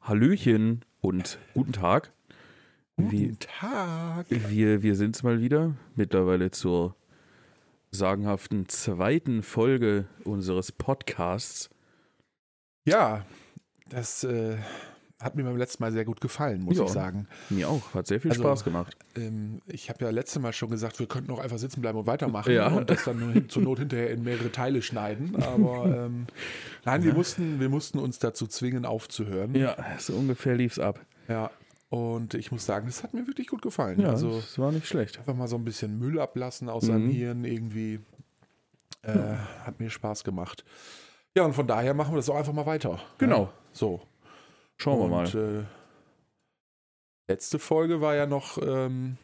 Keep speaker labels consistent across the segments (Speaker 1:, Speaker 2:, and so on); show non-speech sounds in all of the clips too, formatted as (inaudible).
Speaker 1: Hallöchen und guten Tag. Wir,
Speaker 2: Guten Tag.
Speaker 1: wir, wir sind's mal wieder. Mittlerweile zur sagenhaften zweiten Folge unseres Podcasts.
Speaker 2: Ja, das äh, hat mir beim letzten Mal sehr gut gefallen, muss
Speaker 1: Ja.
Speaker 2: ich sagen.
Speaker 1: Mir auch. Hat sehr viel
Speaker 2: Also,
Speaker 1: Spaß gemacht.
Speaker 2: Ähm, ich habe ja letztes Mal schon gesagt, wir könnten auch einfach sitzen bleiben und weitermachen
Speaker 1: Ja.
Speaker 2: und das dann hin- zur Not hinterher in mehrere Teile schneiden. Aber ähm, nein, wir mussten, wir mussten uns dazu zwingen, aufzuhören.
Speaker 1: Ja, so ungefähr lief's ab.
Speaker 2: Ja. Und ich muss sagen, das hat mir wirklich gut gefallen.
Speaker 1: Ja, also,
Speaker 2: Also
Speaker 1: es war nicht schlecht.
Speaker 2: einfach mal so ein bisschen Müll ablassen aus seinem
Speaker 1: Mhm.
Speaker 2: Hirn irgendwie. Äh, Hat mir Spaß gemacht. Ja, und von daher machen wir das auch einfach mal weiter. ne?
Speaker 1: Genau.
Speaker 2: So.
Speaker 1: Schauen wir mal.
Speaker 2: Und, äh, letzte Folge war ja noch, ähm,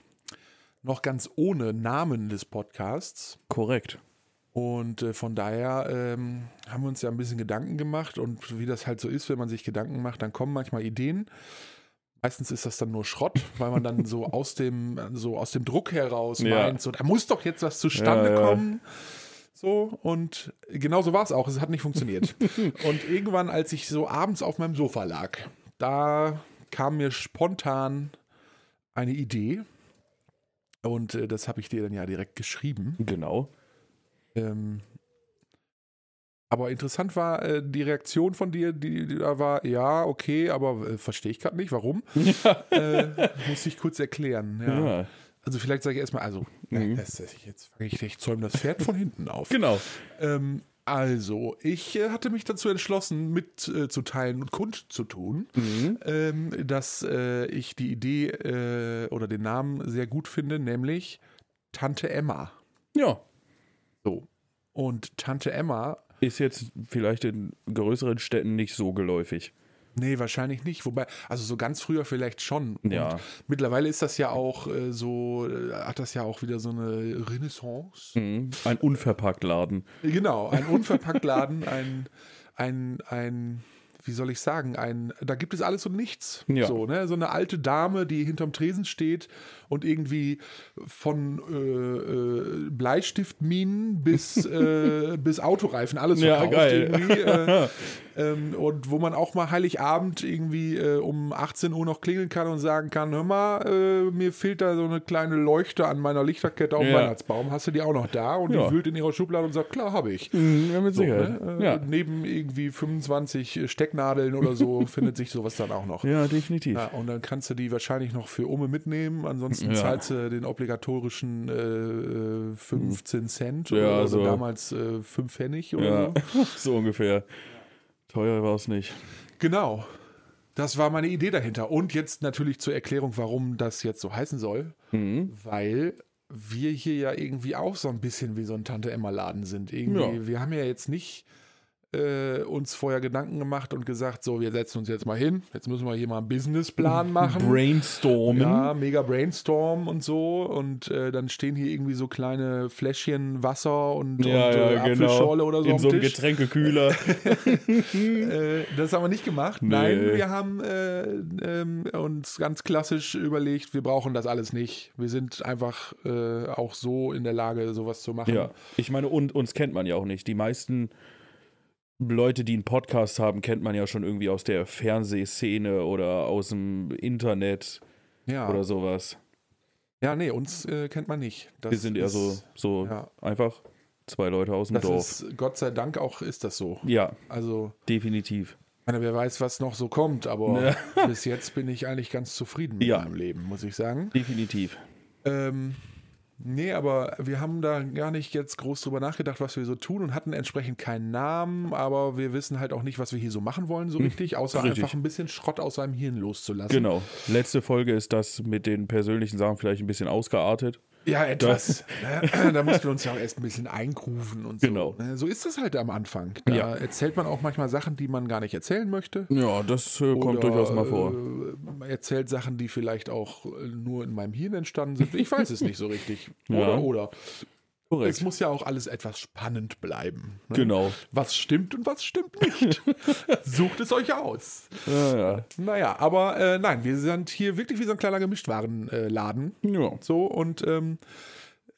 Speaker 2: noch ganz ohne Namen des Podcasts.
Speaker 1: Korrekt.
Speaker 2: Und äh, von daher ähm, haben wir uns ja ein bisschen Gedanken gemacht. Und wie das halt so ist, wenn man sich Gedanken macht, dann kommen manchmal Ideen. Meistens ist das dann nur Schrott, weil man dann so aus dem, so aus dem Druck heraus
Speaker 1: Ja.
Speaker 2: meint, so, da muss doch jetzt was zustande
Speaker 1: Ja, ja.
Speaker 2: kommen. So, und genau so war es auch. Es hat nicht
Speaker 1: (laughs)
Speaker 2: funktioniert. und irgendwann, als ich so abends auf meinem Sofa lag, da kam mir spontan eine Idee. Und äh, das habe ich dir dann ja direkt geschrieben.
Speaker 1: Genau.
Speaker 2: Ähm, aber interessant war äh, die Reaktion von dir, die, die da war, ja, okay, aber äh, verstehe ich gerade
Speaker 1: (laughs)
Speaker 2: nicht, warum. äh, muss ich kurz erklären. Ja.
Speaker 1: Ja.
Speaker 2: Also vielleicht sage ich erstmal, also,
Speaker 1: Mhm.
Speaker 2: äh, das, das- jetzt fange ich nicht zäumen das Pferd von hinten
Speaker 1: (laughs)
Speaker 2: auf.
Speaker 1: Genau.
Speaker 2: Ähm, also, ich äh, hatte mich dazu entschlossen, mitzuteilen und kundzutun,
Speaker 1: Mhm.
Speaker 2: ähm, dass äh, ich die Idee äh, oder den Namen sehr gut finde, nämlich Tante Emma.
Speaker 1: Ja.
Speaker 2: So. Und Tante Emma
Speaker 1: Ist jetzt vielleicht in größeren Städten nicht so geläufig.
Speaker 2: Nee, wahrscheinlich nicht. Wobei, also so ganz früher vielleicht schon. Und
Speaker 1: Ja.
Speaker 2: Mittlerweile ist das ja auch äh, so, äh, hat das ja auch wieder so eine Renaissance.
Speaker 1: Mhm. Ein unverpackt Laden.
Speaker 2: Genau, ein
Speaker 1: (laughs)
Speaker 2: Unverpacktladen, ein, ein, ein, wie soll ich sagen, ein, da gibt es alles und nichts.
Speaker 1: Ja.
Speaker 2: So, ne? so eine alte Dame, die hinterm Tresen steht und irgendwie von äh, äh, Bleistiftminen
Speaker 1: (laughs)
Speaker 2: bis, äh, bis Autoreifen alles
Speaker 1: Ja,
Speaker 2: verkauft.
Speaker 1: geil.
Speaker 2: Irgendwie,
Speaker 1: (laughs)
Speaker 2: äh, ähm, und wo man auch mal Heiligabend irgendwie äh, um 18 Uhr noch klingeln kann und sagen kann, hör mal, äh, mir fehlt da so eine kleine Leuchte an meiner Lichterkette auf dem
Speaker 1: Ja.
Speaker 2: Weihnachtsbaum. Hast du die auch noch da? Und
Speaker 1: Ja. Mhm,
Speaker 2: die wühlt in ihrer Schublade und sagt, klar, habe ich.
Speaker 1: Ja, mit
Speaker 2: So,
Speaker 1: Sicherheit.
Speaker 2: ne? äh,
Speaker 1: ja.
Speaker 2: Neben irgendwie 25 Stecknadeln oder
Speaker 1: (laughs)
Speaker 2: so findet sich sowas dann auch noch.
Speaker 1: ja, definitiv.
Speaker 2: Ja, und dann kannst du die wahrscheinlich noch für Umme mitnehmen, ansonsten
Speaker 1: Ja.
Speaker 2: zahlst du den obligatorischen äh, äh, 15 Cent
Speaker 1: Ja,
Speaker 2: oder,
Speaker 1: so.
Speaker 2: oder damals äh, 5 Pfennig oder
Speaker 1: Ja,
Speaker 2: so.
Speaker 1: (laughs) so ungefähr. Teuer war es nicht.
Speaker 2: Genau. Das war meine Idee dahinter. Und jetzt natürlich zur Erklärung, warum das jetzt so heißen soll.
Speaker 1: Mhm.
Speaker 2: Weil wir hier ja irgendwie auch so ein bisschen wie so ein Tante-Emma-Laden sind. Irgendwie,
Speaker 1: Ja.
Speaker 2: Wir haben ja jetzt nicht äh, uns vorher Gedanken gemacht und gesagt, so, wir setzen uns jetzt mal hin. Jetzt müssen wir hier mal einen
Speaker 1: Mhm.
Speaker 2: Businessplan machen.
Speaker 1: Brainstormen.
Speaker 2: Ja, mega Brainstorm und so. Und äh, dann stehen hier irgendwie so kleine Fläschchen Wasser und, und äh, Apfelschorle oder so
Speaker 1: genau. In
Speaker 2: am
Speaker 1: so einem
Speaker 2: Tisch. (laughs)
Speaker 1: Getränkekühler.
Speaker 2: Äh, das haben wir nicht gemacht. Nein, wir haben äh, ähm, uns ganz klassisch überlegt, wir brauchen das alles nicht. Wir sind einfach äh, auch so in der Lage, sowas zu machen.
Speaker 1: ja. Ich meine, und uns kennt man ja auch nicht. Die meisten Leute, die einen Podcast haben, kennt man ja schon irgendwie aus der Fernsehszene oder aus dem Internet
Speaker 2: ja.
Speaker 1: oder sowas.
Speaker 2: ja nee, uns äh, kennt man nicht. Das
Speaker 1: Wir sind eher
Speaker 2: ist-
Speaker 1: so, so
Speaker 2: ja.
Speaker 1: einfach zwei Leute aus dem
Speaker 2: Das
Speaker 1: Dorf.
Speaker 2: ist, Gott sei Dank auch ist das so.
Speaker 1: ja,
Speaker 2: Also,
Speaker 1: definitiv.
Speaker 2: ich meine, wer weiß, was noch so
Speaker 1: (laughs)
Speaker 2: kommt, aber bis jetzt bin ich eigentlich ganz zufrieden mit
Speaker 1: Ja.
Speaker 2: meinem Leben, muss ich sagen.
Speaker 1: Definitiv.
Speaker 2: Ähm, nee, aber wir haben da gar nicht jetzt groß drüber nachgedacht, was wir so tun und hatten entsprechend keinen Namen, aber wir wissen halt auch nicht, was wir hier so machen wollen, so richtig, außer
Speaker 1: Hm. richtig.
Speaker 2: einfach ein bisschen Schrott aus seinem Hirn loszulassen.
Speaker 1: Genau. Letzte Folge ist das mit den persönlichen Sachen vielleicht ein bisschen ausgeartet.
Speaker 2: Ja, etwas.
Speaker 1: (laughs)
Speaker 2: ne? da mussten wir uns ja auch erst ein bisschen eingrufen und so.
Speaker 1: Genau.
Speaker 2: ne? So ist es halt am Anfang. Da
Speaker 1: Ja.
Speaker 2: erzählt man auch manchmal Sachen, die man gar nicht erzählen möchte.
Speaker 1: Ja, das äh, kommt
Speaker 2: Oder,
Speaker 1: durchaus mal vor.
Speaker 2: Äh, erzählt Sachen, die vielleicht auch äh, nur in meinem Hirn entstanden sind. Ich weiß es nicht so richtig. Oder,
Speaker 1: Ja.
Speaker 2: oder.
Speaker 1: Korrekt.
Speaker 2: Es muss ja auch alles etwas spannend bleiben. ne?
Speaker 1: Genau.
Speaker 2: Was stimmt und was stimmt
Speaker 1: (laughs)
Speaker 2: nicht. Sucht es euch aus.
Speaker 1: Ja, ja.
Speaker 2: Naja, aber äh, nein, wir sind hier wirklich wie so ein kleiner Gemischtwarenladen. Äh, Laden.
Speaker 1: ja.
Speaker 2: so, und ähm,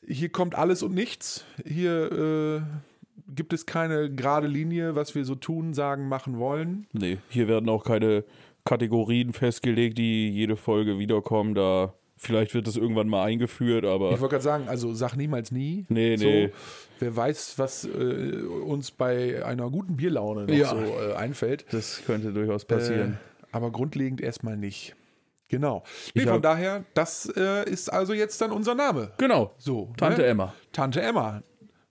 Speaker 2: hier kommt alles und nichts. Hier äh, gibt es keine gerade Linie, was wir so tun, sagen, machen wollen.
Speaker 1: Nee, hier werden auch keine Kategorien festgelegt, die jede Folge wiederkommen. Da vielleicht wird das irgendwann mal eingeführt,
Speaker 2: Ich
Speaker 1: aber
Speaker 2: wollte gerade sagen, also sag niemals nie.
Speaker 1: Nee,
Speaker 2: so,
Speaker 1: nee.
Speaker 2: Wer weiß, was äh, uns bei einer guten Bierlaune noch
Speaker 1: Ja.
Speaker 2: so äh, einfällt.
Speaker 1: das könnte durchaus
Speaker 2: Äh,
Speaker 1: passieren.
Speaker 2: aber grundlegend erstmal nicht. Genau. Nee,
Speaker 1: Ich
Speaker 2: von
Speaker 1: hab-
Speaker 2: daher, das äh, ist also jetzt dann unser Name.
Speaker 1: genau.
Speaker 2: So,
Speaker 1: Tante
Speaker 2: ne?
Speaker 1: Emma.
Speaker 2: Tante Emma.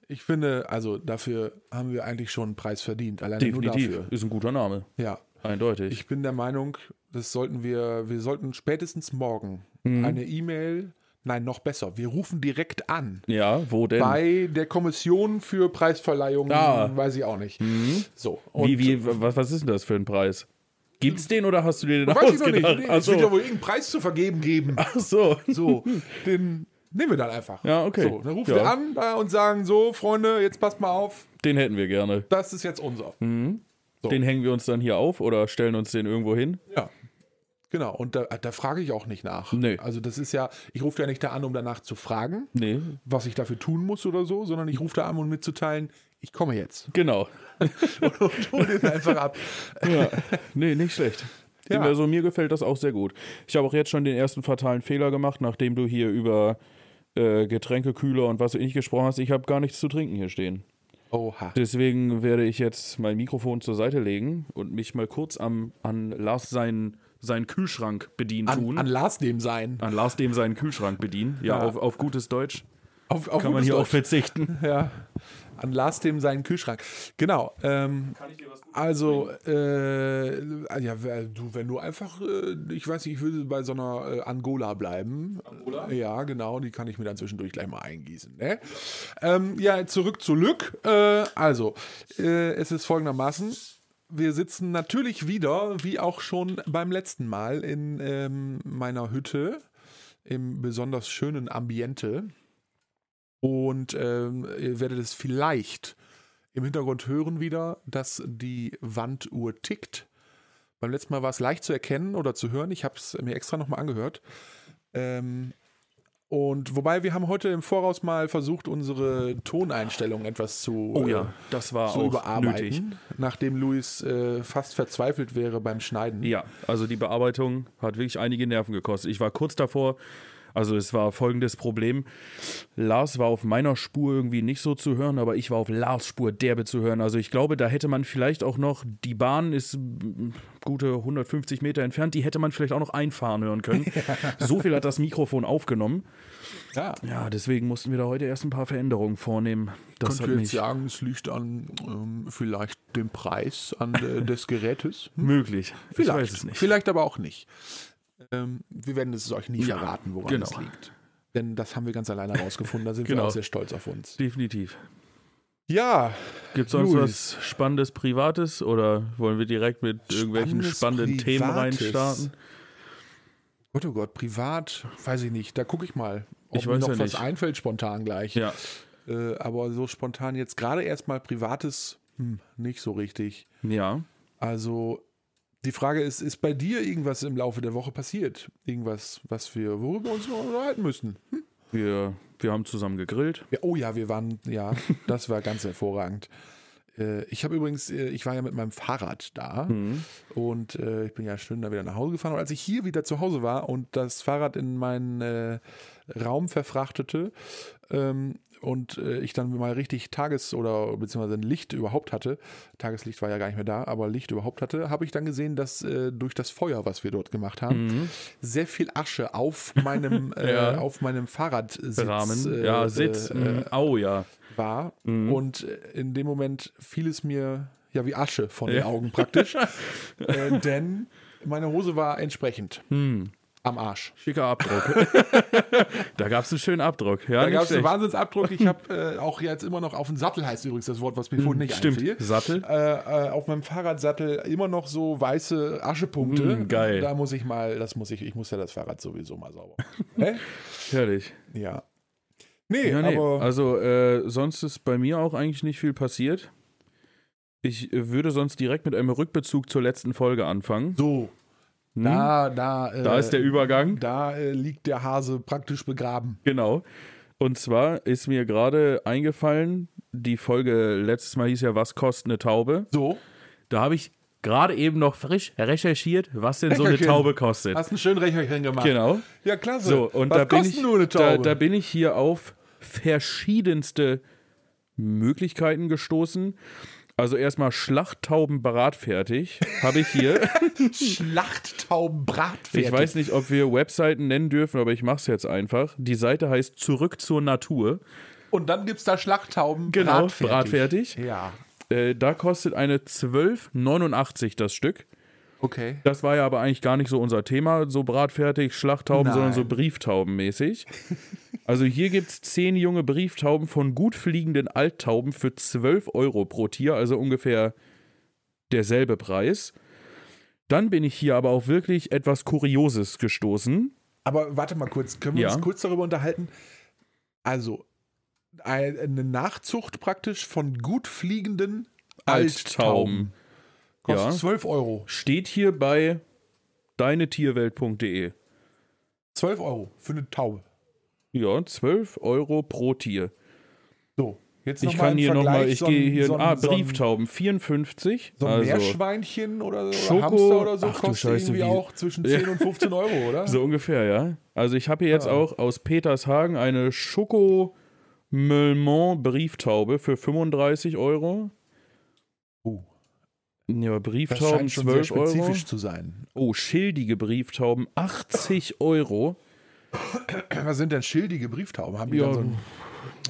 Speaker 2: Ich finde, also dafür haben wir eigentlich schon einen Preis verdient. Alleine
Speaker 1: Definitiv.
Speaker 2: nur dafür.
Speaker 1: Ist ein guter Name.
Speaker 2: Ja.
Speaker 1: Eindeutig.
Speaker 2: Ich bin der Meinung, das sollten wir, wir sollten spätestens morgen
Speaker 1: Mhm.
Speaker 2: eine E-Mail, nein, noch besser, wir rufen direkt an.
Speaker 1: ja, wo denn?
Speaker 2: Bei der Kommission für Preisverleihungen,
Speaker 1: Ah. Mhm.
Speaker 2: weiß ich auch nicht. So, und
Speaker 1: wie, wie, wa- was, was ist denn das für ein Preis? Gibt's den oder hast du dir den
Speaker 2: weiß ich noch nicht.
Speaker 1: ausgedacht?
Speaker 2: Nee, Es wird ja
Speaker 1: Achso.
Speaker 2: wohl irgendeinen Preis zu vergeben geben.
Speaker 1: Achso.
Speaker 2: So, (laughs) den nehmen wir dann einfach.
Speaker 1: Ja, okay.
Speaker 2: So, dann rufen
Speaker 1: Ja.
Speaker 2: wir an äh, und sagen so, Freunde, jetzt passt mal auf,
Speaker 1: Den hätten wir gerne.
Speaker 2: das ist jetzt unser.
Speaker 1: Hm.
Speaker 2: So.
Speaker 1: Den hängen wir uns dann hier auf oder stellen uns den irgendwo hin?
Speaker 2: Ja. Genau, und da, da frage ich auch nicht nach.
Speaker 1: Nee.
Speaker 2: Also das ist ja, ich rufe ja nicht da an, um danach zu fragen,
Speaker 1: Nee.
Speaker 2: was ich dafür tun muss oder so, sondern ich rufe da an, um mitzuteilen, ich komme jetzt. (laughs)
Speaker 1: Genau.
Speaker 2: Und, und hol den einfach ab.
Speaker 1: Ja. (laughs) nee, nicht schlecht.
Speaker 2: Ja.
Speaker 1: Also mir gefällt das auch sehr gut. Ich habe auch jetzt schon den ersten fatalen Fehler gemacht, nachdem du hier über äh, Getränkekühler und was weiß ich gesprochen hast. Ich habe gar nichts zu trinken hier stehen.
Speaker 2: Oha.
Speaker 1: Deswegen werde ich jetzt mein Mikrofon zur Seite legen und mich mal kurz am, an Lars seinen, seinen Kühlschrank bedienen
Speaker 2: An,
Speaker 1: tun.
Speaker 2: an Lars dem sein.
Speaker 1: An Lars dem seinen Kühlschrank bedienen. Ja,
Speaker 2: Ja.
Speaker 1: Auf, auf gutes Deutsch.
Speaker 2: Auf, auf
Speaker 1: Kann man
Speaker 2: gutes
Speaker 1: hier auch
Speaker 2: Deutsch.
Speaker 1: verzichten.
Speaker 2: Ja. An Lars dem seinen Kühlschrank. Genau. Ähm,
Speaker 1: Kann ich dir was
Speaker 2: also, äh, ja, wer- du, wenn du einfach, äh, ich weiß nicht, ich würde bei so einer äh, Angola bleiben. Angola? Ja, genau, die kann ich mir dann zwischendurch gleich mal eingießen. Ne? Ähm, ja, zurück zu Lück. Äh, also, äh, es ist folgendermaßen. Wir sitzen natürlich wieder, wie auch schon beim letzten Mal, in ähm, meiner Hütte im besonders schönen Ambiente. Und ähm, ihr werdet es vielleicht im Hintergrund hören wieder, dass die Wanduhr tickt. Beim letzten Mal war es leicht zu erkennen oder zu hören. Ich habe es mir extra nochmal angehört. Ähm, und wobei wir haben heute im Voraus mal versucht, unsere Toneinstellungen etwas zu,
Speaker 1: Oh
Speaker 2: äh,
Speaker 1: ja, das war
Speaker 2: zu
Speaker 1: auch
Speaker 2: überarbeiten,
Speaker 1: nötig.
Speaker 2: nachdem Luis äh, fast verzweifelt wäre beim Schneiden.
Speaker 1: Ja, also die Bearbeitung hat wirklich einige Nerven gekostet. Ich war kurz davor, also es war folgendes Problem. Lars war auf meiner Spur irgendwie nicht so zu hören, aber ich war auf Lars Spur derbe zu hören. Also ich glaube, da hätte man vielleicht auch noch, die Bahn ist mm, gute 150 Meter entfernt, die hätte man vielleicht auch noch einfahren hören können.
Speaker 2: (laughs)
Speaker 1: So viel hat das Mikrofon aufgenommen.
Speaker 2: Ja.
Speaker 1: Ja, deswegen mussten wir da heute erst ein paar Veränderungen vornehmen. Das hat
Speaker 2: Könnt ihr jetzt
Speaker 1: mich
Speaker 2: sagen, es liegt an ähm, vielleicht dem Preis
Speaker 1: (laughs)
Speaker 2: an, äh, des Gerätes? Hm,
Speaker 1: möglich.
Speaker 2: Vielleicht.
Speaker 1: Ich weiß es nicht.
Speaker 2: Vielleicht aber auch nicht. Ähm, wir werden es euch nie
Speaker 1: Ja,
Speaker 2: verraten, woran
Speaker 1: genau.
Speaker 2: es liegt. Denn das haben wir ganz alleine herausgefunden. Da sind
Speaker 1: (laughs)
Speaker 2: wir
Speaker 1: Genau.
Speaker 2: auch sehr stolz auf uns.
Speaker 1: Definitiv.
Speaker 2: Ja,
Speaker 1: Gibt es sonst
Speaker 2: Luis.
Speaker 1: was Spannendes Privates oder wollen wir direkt mit irgendwelchen
Speaker 2: Spannendes
Speaker 1: spannenden Themen
Speaker 2: Privates?
Speaker 1: reinstarten?
Speaker 2: Gott, oh Gott, privat, weiß ich nicht. Da gucke ich mal, ob
Speaker 1: Ich
Speaker 2: mir
Speaker 1: weiß
Speaker 2: noch
Speaker 1: ja
Speaker 2: was
Speaker 1: nicht.
Speaker 2: einfällt spontan gleich.
Speaker 1: Ja,
Speaker 2: Äh, aber so spontan jetzt gerade erstmal privates, hm, nicht so richtig.
Speaker 1: ja.
Speaker 2: Also die Frage ist, ist bei dir irgendwas im Laufe der Woche passiert? Irgendwas, was wir, worüber wir uns noch unterhalten müssen? Hm?
Speaker 1: Wir, wir haben zusammen gegrillt.
Speaker 2: Ja, oh ja, wir waren, ja, das war ganz hervorragend. Äh, Ich habe übrigens, äh, ich war ja mit meinem Fahrrad da und äh, ich bin ja schön da wieder nach Hause gefahren. Und als ich hier wieder zu Hause war und das Fahrrad in meinen äh, Raum verfrachtete ähm, und äh, ich dann mal richtig Tages- oder beziehungsweise ein Licht überhaupt hatte, Tageslicht war ja gar nicht mehr da, aber Licht überhaupt hatte, habe ich dann gesehen, dass äh, durch das Feuer, was wir dort gemacht haben, sehr viel Asche auf meinem, äh,
Speaker 1: Ja.
Speaker 2: auf meinem Fahrradsitz
Speaker 1: Rahmen.
Speaker 2: äh,
Speaker 1: ja,
Speaker 2: äh,
Speaker 1: Sitz.
Speaker 2: äh,
Speaker 1: mhm. Au, ja.
Speaker 2: war. Und äh, in dem Moment fiel es mir ja wie Asche von den
Speaker 1: Ja.
Speaker 2: Augen praktisch.
Speaker 1: (laughs)
Speaker 2: äh, denn meine Hose war entsprechend
Speaker 1: Mhm.
Speaker 2: am Arsch.
Speaker 1: Schicker
Speaker 2: (laughs)
Speaker 1: Abdruck. da gab es einen schönen Abdruck. Ja,
Speaker 2: Da gab es einen
Speaker 1: nicht
Speaker 2: Wahnsinnsabdruck.
Speaker 1: (laughs)
Speaker 2: Ich habe äh, auch jetzt immer noch auf dem Sattel, heißt übrigens das Wort, was mir vorhin nicht
Speaker 1: Mhm, stimmt.
Speaker 2: einfiel.
Speaker 1: Sattel?
Speaker 2: Äh, äh, auf meinem Fahrradsattel immer noch so weiße Aschepunkte.
Speaker 1: Mm, geil.
Speaker 2: Da muss ich mal, das muss ich, ich muss ja das Fahrrad sowieso mal sauber. (laughs) Hä?
Speaker 1: schlecht. Herrlich.
Speaker 2: Ja. Nee,
Speaker 1: Ja, nee.
Speaker 2: aber
Speaker 1: also, äh, sonst ist bei mir auch eigentlich nicht viel passiert. Ich äh, würde sonst direkt mit einem Rückbezug zur letzten Folge anfangen.
Speaker 2: so. Da, da, äh,
Speaker 1: Mhm. Da ist der Übergang.
Speaker 2: Da äh, liegt der Hase praktisch begraben.
Speaker 1: Genau. Und zwar ist mir gerade eingefallen, die Folge letztes Mal hieß ja Was kostet eine Taube?
Speaker 2: So.
Speaker 1: Da habe ich gerade eben noch frisch recherchiert, was denn so eine
Speaker 2: Recherchen.
Speaker 1: Taube kostet.
Speaker 2: Hast einen schönen Recherchen gemacht.
Speaker 1: Genau.
Speaker 2: Ja, klasse.
Speaker 1: So, und
Speaker 2: Also, Was
Speaker 1: da bin,
Speaker 2: kostet
Speaker 1: ich,
Speaker 2: nur eine
Speaker 1: da,
Speaker 2: Taube?
Speaker 1: da bin ich hier auf verschiedenste Möglichkeiten gestoßen. Also erstmal Schlachttauben bratfertig habe ich
Speaker 2: (laughs)
Speaker 1: hier.
Speaker 2: (laughs) Schlachttaubenbratpferd.
Speaker 1: Ich weiß nicht, ob wir Webseiten nennen dürfen, aber ich mache es jetzt einfach. Die Seite heißt Zurück zur Natur.
Speaker 2: Und dann gibt es da Schlachttauben
Speaker 1: Genau,
Speaker 2: bratfertig.
Speaker 1: bratfertig.
Speaker 2: Ja.
Speaker 1: Äh, da kostet eine 12,89 das Stück.
Speaker 2: Okay.
Speaker 1: Das war ja aber eigentlich gar nicht so unser Thema, so bratfertig, Schlachttauben,
Speaker 2: Nein.
Speaker 1: sondern so Brieftaubenmäßig. Also hier gibt es zehn junge Brieftauben von gut fliegenden Alttauben für 12 Euro pro Tier, also ungefähr derselbe Preis. Dann bin ich hier aber auch wirklich etwas Kurioses gestoßen.
Speaker 2: Aber warte mal kurz, können wir
Speaker 1: Ja.
Speaker 2: uns kurz darüber unterhalten? Also, ein- eine Nachzucht praktisch von gut fliegenden Alttauben. Kostet
Speaker 1: Ja.
Speaker 2: 12 Euro.
Speaker 1: Steht hier bei deinetierwelt.de.
Speaker 2: 12 Euro für eine Taube.
Speaker 1: Ja, 12 Euro pro Tier.
Speaker 2: So, jetzt noch
Speaker 1: Ich
Speaker 2: mal
Speaker 1: kann
Speaker 2: im
Speaker 1: hier nochmal,
Speaker 2: Vergleich
Speaker 1: ich
Speaker 2: so ein-
Speaker 1: gehe hier,
Speaker 2: so ein-
Speaker 1: ah,
Speaker 2: so ein-
Speaker 1: Brieftauben, 54.
Speaker 2: So ein
Speaker 1: also,
Speaker 2: Meerschweinchen oder so,
Speaker 1: Schoko-
Speaker 2: oder Hamster oder so
Speaker 1: Ach du
Speaker 2: kostet
Speaker 1: Scheiße,
Speaker 2: irgendwie
Speaker 1: wie-
Speaker 2: auch zwischen 10 und 15 Euro, oder?
Speaker 1: (laughs) So ungefähr, ja. Also ich habe hier
Speaker 2: Ah.
Speaker 1: jetzt auch aus Petershagen eine Schoko Melmont Brieftaube für 35 Euro.
Speaker 2: Oh,
Speaker 1: Ja,
Speaker 2: das
Speaker 1: Brieftauben
Speaker 2: scheint schon sehr
Speaker 1: 12 Euro.
Speaker 2: spezifisch zu sein. (clears throat)
Speaker 1: Oh, schildige Brieftauben 80 Euro.
Speaker 2: Was sind denn schildige Brieftauben? Haben die
Speaker 1: Ja.
Speaker 2: dann so ein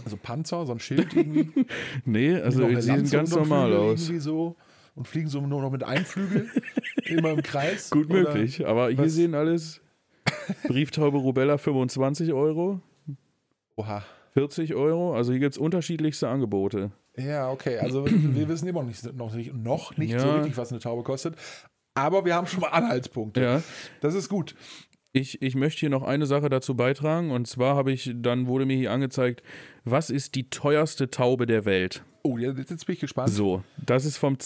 Speaker 2: also Panzer, so ein Schild irgendwie?
Speaker 1: Nee,
Speaker 2: Die
Speaker 1: also
Speaker 2: noch
Speaker 1: die
Speaker 2: eine
Speaker 1: sehen
Speaker 2: Lanze
Speaker 1: ganz
Speaker 2: unterm
Speaker 1: normal
Speaker 2: Flügel
Speaker 1: aus.
Speaker 2: Irgendwie so und fliegen so nur noch mit
Speaker 1: (laughs)
Speaker 2: einem Flügel immer im Kreis.
Speaker 1: Gut
Speaker 2: oder-
Speaker 1: möglich, aber hier
Speaker 2: was-
Speaker 1: sehen alles Brieftaube Rubella 25 Euro,
Speaker 2: Oha.
Speaker 1: 40 Euro. Also hier gibt es unterschiedlichste Angebote.
Speaker 2: Ja, okay. Also wir wissen immer noch nicht, noch nicht, noch nicht so
Speaker 1: Ja.
Speaker 2: richtig, was eine Taube kostet. Aber wir haben schon mal Anhaltspunkte.
Speaker 1: Ja.
Speaker 2: Das ist gut.
Speaker 1: Ich, ich möchte hier noch eine Sache dazu beitragen und zwar habe ich, dann wurde mir hier angezeigt, was ist die teuerste Taube der Welt?
Speaker 2: Oh, jetzt, jetzt bin ich gespannt.
Speaker 1: So, das ist vom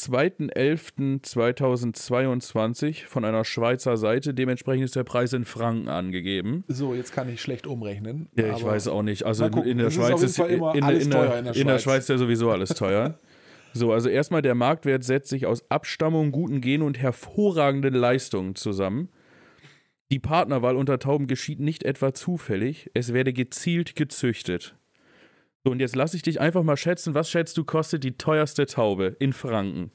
Speaker 1: 2.11.2022 von einer Schweizer Seite, dementsprechend ist der Preis in Franken angegeben.
Speaker 2: So, jetzt kann ich schlecht umrechnen.
Speaker 1: Ja, ich
Speaker 2: aber-
Speaker 1: weiß auch nicht. Also
Speaker 2: Mal gucken,
Speaker 1: in der
Speaker 2: es ist auf
Speaker 1: Schweiz
Speaker 2: jeden
Speaker 1: ist
Speaker 2: Fall immer
Speaker 1: in,
Speaker 2: alles
Speaker 1: in, der,
Speaker 2: teuer
Speaker 1: in, der in der Schweiz ist ja sowieso alles
Speaker 2: (laughs)
Speaker 1: teuer. so, also erstmal der Marktwert setzt sich aus Abstammung, guten Genen und hervorragenden Leistungen zusammen. Die Partnerwahl unter Tauben geschieht nicht etwa zufällig, es werde gezielt gezüchtet. So, und jetzt lasse ich dich einfach mal schätzen, was schätzt du kostet die teuerste Taube in Franken?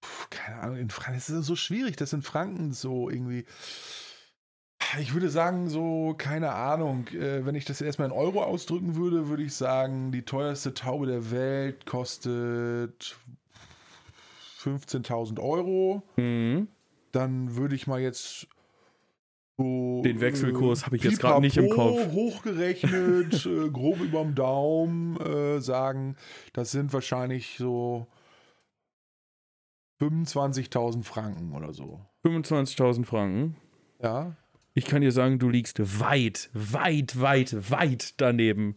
Speaker 2: Puh, keine Ahnung, in Franken ist es so schwierig, das in Franken so irgendwie. Ich würde sagen, so, keine Ahnung, äh, wenn ich das erstmal in Euro ausdrücken würde, würde ich sagen, die teuerste Taube der Welt kostet 15.000 Euro. Mhm. Dann würde ich mal jetzt so. äh,
Speaker 1: Den Wechselkurs habe ich jetzt gerade nicht im
Speaker 2: pipapo
Speaker 1: Kopf.
Speaker 2: Hochgerechnet, äh, grob überm Daumen äh, sagen, das sind wahrscheinlich so 25.000 Franken oder so.
Speaker 1: 25.000 Franken.
Speaker 2: Ja.
Speaker 1: Ich kann dir sagen, du liegst weit, weit, weit, weit daneben.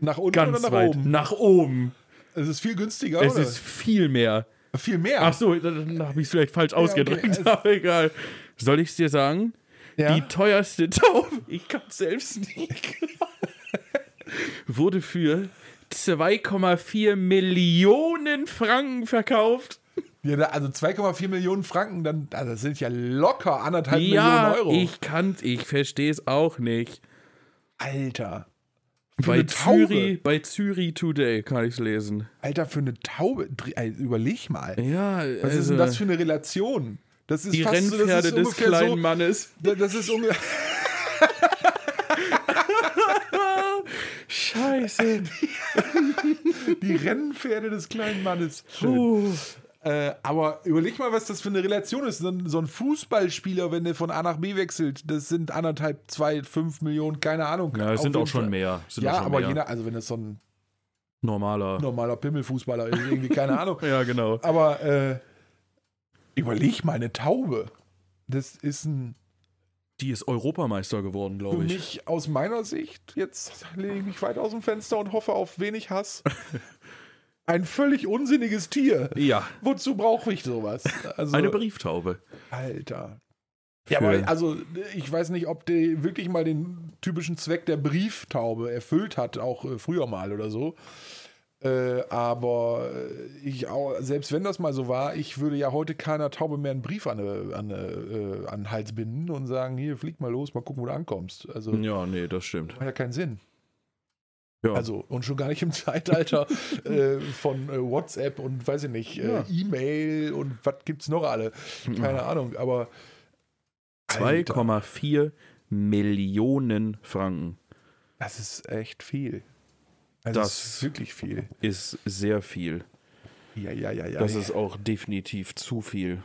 Speaker 2: Nach unten
Speaker 1: Ganz
Speaker 2: oder nach
Speaker 1: weit.
Speaker 2: oben?
Speaker 1: Nach oben.
Speaker 2: Es ist viel günstiger,
Speaker 1: Es
Speaker 2: oder?
Speaker 1: ist viel mehr.
Speaker 2: viel mehr.
Speaker 1: Ach so, dann habe ich es vielleicht falsch ausgedrückt, (laughs)
Speaker 2: okay, es-
Speaker 1: aber egal. Soll ich es dir sagen?
Speaker 2: ja.
Speaker 1: Die teuerste Taube, (laughs) ich kann selbst nicht, (laughs) wurde für 2,4 Millionen Franken verkauft.
Speaker 2: ja, da- also 2,4 Millionen Franken, dann, also das sind ja locker anderthalb
Speaker 1: ja,
Speaker 2: Millionen Euro.
Speaker 1: ich kann's, ich verstehe es auch nicht.
Speaker 2: Alter. Für
Speaker 1: Bei
Speaker 2: eine Taube.
Speaker 1: Züri, bei Züri Today kann ich es lesen.
Speaker 2: Alter, für eine Taube. Dr- ey, Überleg mal.
Speaker 1: Ja,
Speaker 2: Was ist denn das für eine Relation? Das ist
Speaker 1: Also, die
Speaker 2: fast so, das
Speaker 1: Rennpferde
Speaker 2: ist
Speaker 1: des
Speaker 2: ungefähr
Speaker 1: kleinen
Speaker 2: so,
Speaker 1: Mannes.
Speaker 2: Da- Das ist ungefähr.
Speaker 1: Scheiße.
Speaker 2: (laughs) Die Rennpferde des
Speaker 1: (laughs)
Speaker 2: kleinen Mannes. Schön.
Speaker 1: Puh.
Speaker 2: Äh, aber überleg mal, was das für eine Relation ist. So ein, so ein Fußballspieler, wenn der von A nach B wechselt, das sind anderthalb, zwei, fünf Millionen, keine Ahnung.
Speaker 1: Ja, es
Speaker 2: Auf
Speaker 1: sind
Speaker 2: jeden
Speaker 1: auch schon
Speaker 2: Fall.
Speaker 1: mehr. Sind
Speaker 2: Ja,
Speaker 1: auch schon
Speaker 2: aber
Speaker 1: mehr.
Speaker 2: je nach, also wenn das so ein
Speaker 1: normaler.
Speaker 2: normaler Pimmelfußballer ist,
Speaker 1: (laughs)
Speaker 2: irgendwie, keine Ahnung.
Speaker 1: Ja, genau.
Speaker 2: Aber äh, überleg mal, eine Taube. Das ist ein,
Speaker 1: Die ist Europameister geworden,
Speaker 2: für
Speaker 1: glaube ich.
Speaker 2: mich aus meiner Sicht, jetzt lege ich mich weit aus dem Fenster und hoffe auf wenig (laughs) Hass, ein völlig unsinniges Tier.
Speaker 1: Ja,
Speaker 2: Wozu brauche ich sowas? Also,
Speaker 1: eine Brieftaube.
Speaker 2: Alter. Ja,
Speaker 1: Für-
Speaker 2: aber also ich weiß nicht, ob der wirklich mal den typischen Zweck der Brieftaube erfüllt hat, auch äh, früher mal oder so. Äh, aber äh, ich auch, selbst wenn das mal so war, ich würde ja heute keiner Taube mehr einen Brief an, eine, an, eine, äh, an den Hals binden und sagen, hier, flieg mal los, mal gucken, wo du ankommst. Also
Speaker 1: Ja, nee, das stimmt.
Speaker 2: macht ja keinen Sinn.
Speaker 1: Ja.
Speaker 2: Also, und schon gar nicht im
Speaker 1: (laughs)
Speaker 2: Zeitalter äh, von äh, WhatsApp und weiß ich nicht, äh,
Speaker 1: Ja.
Speaker 2: E-Mail und was gibt's noch alle? Keine Ahnung, aber. Alter,
Speaker 1: 2,4 Millionen Franken
Speaker 2: Das ist echt viel. Also das,
Speaker 1: Das-
Speaker 2: ist wirklich viel.
Speaker 1: ist sehr viel.
Speaker 2: Ja, ja, ja, ja.
Speaker 1: Das ist auch definitiv zu viel.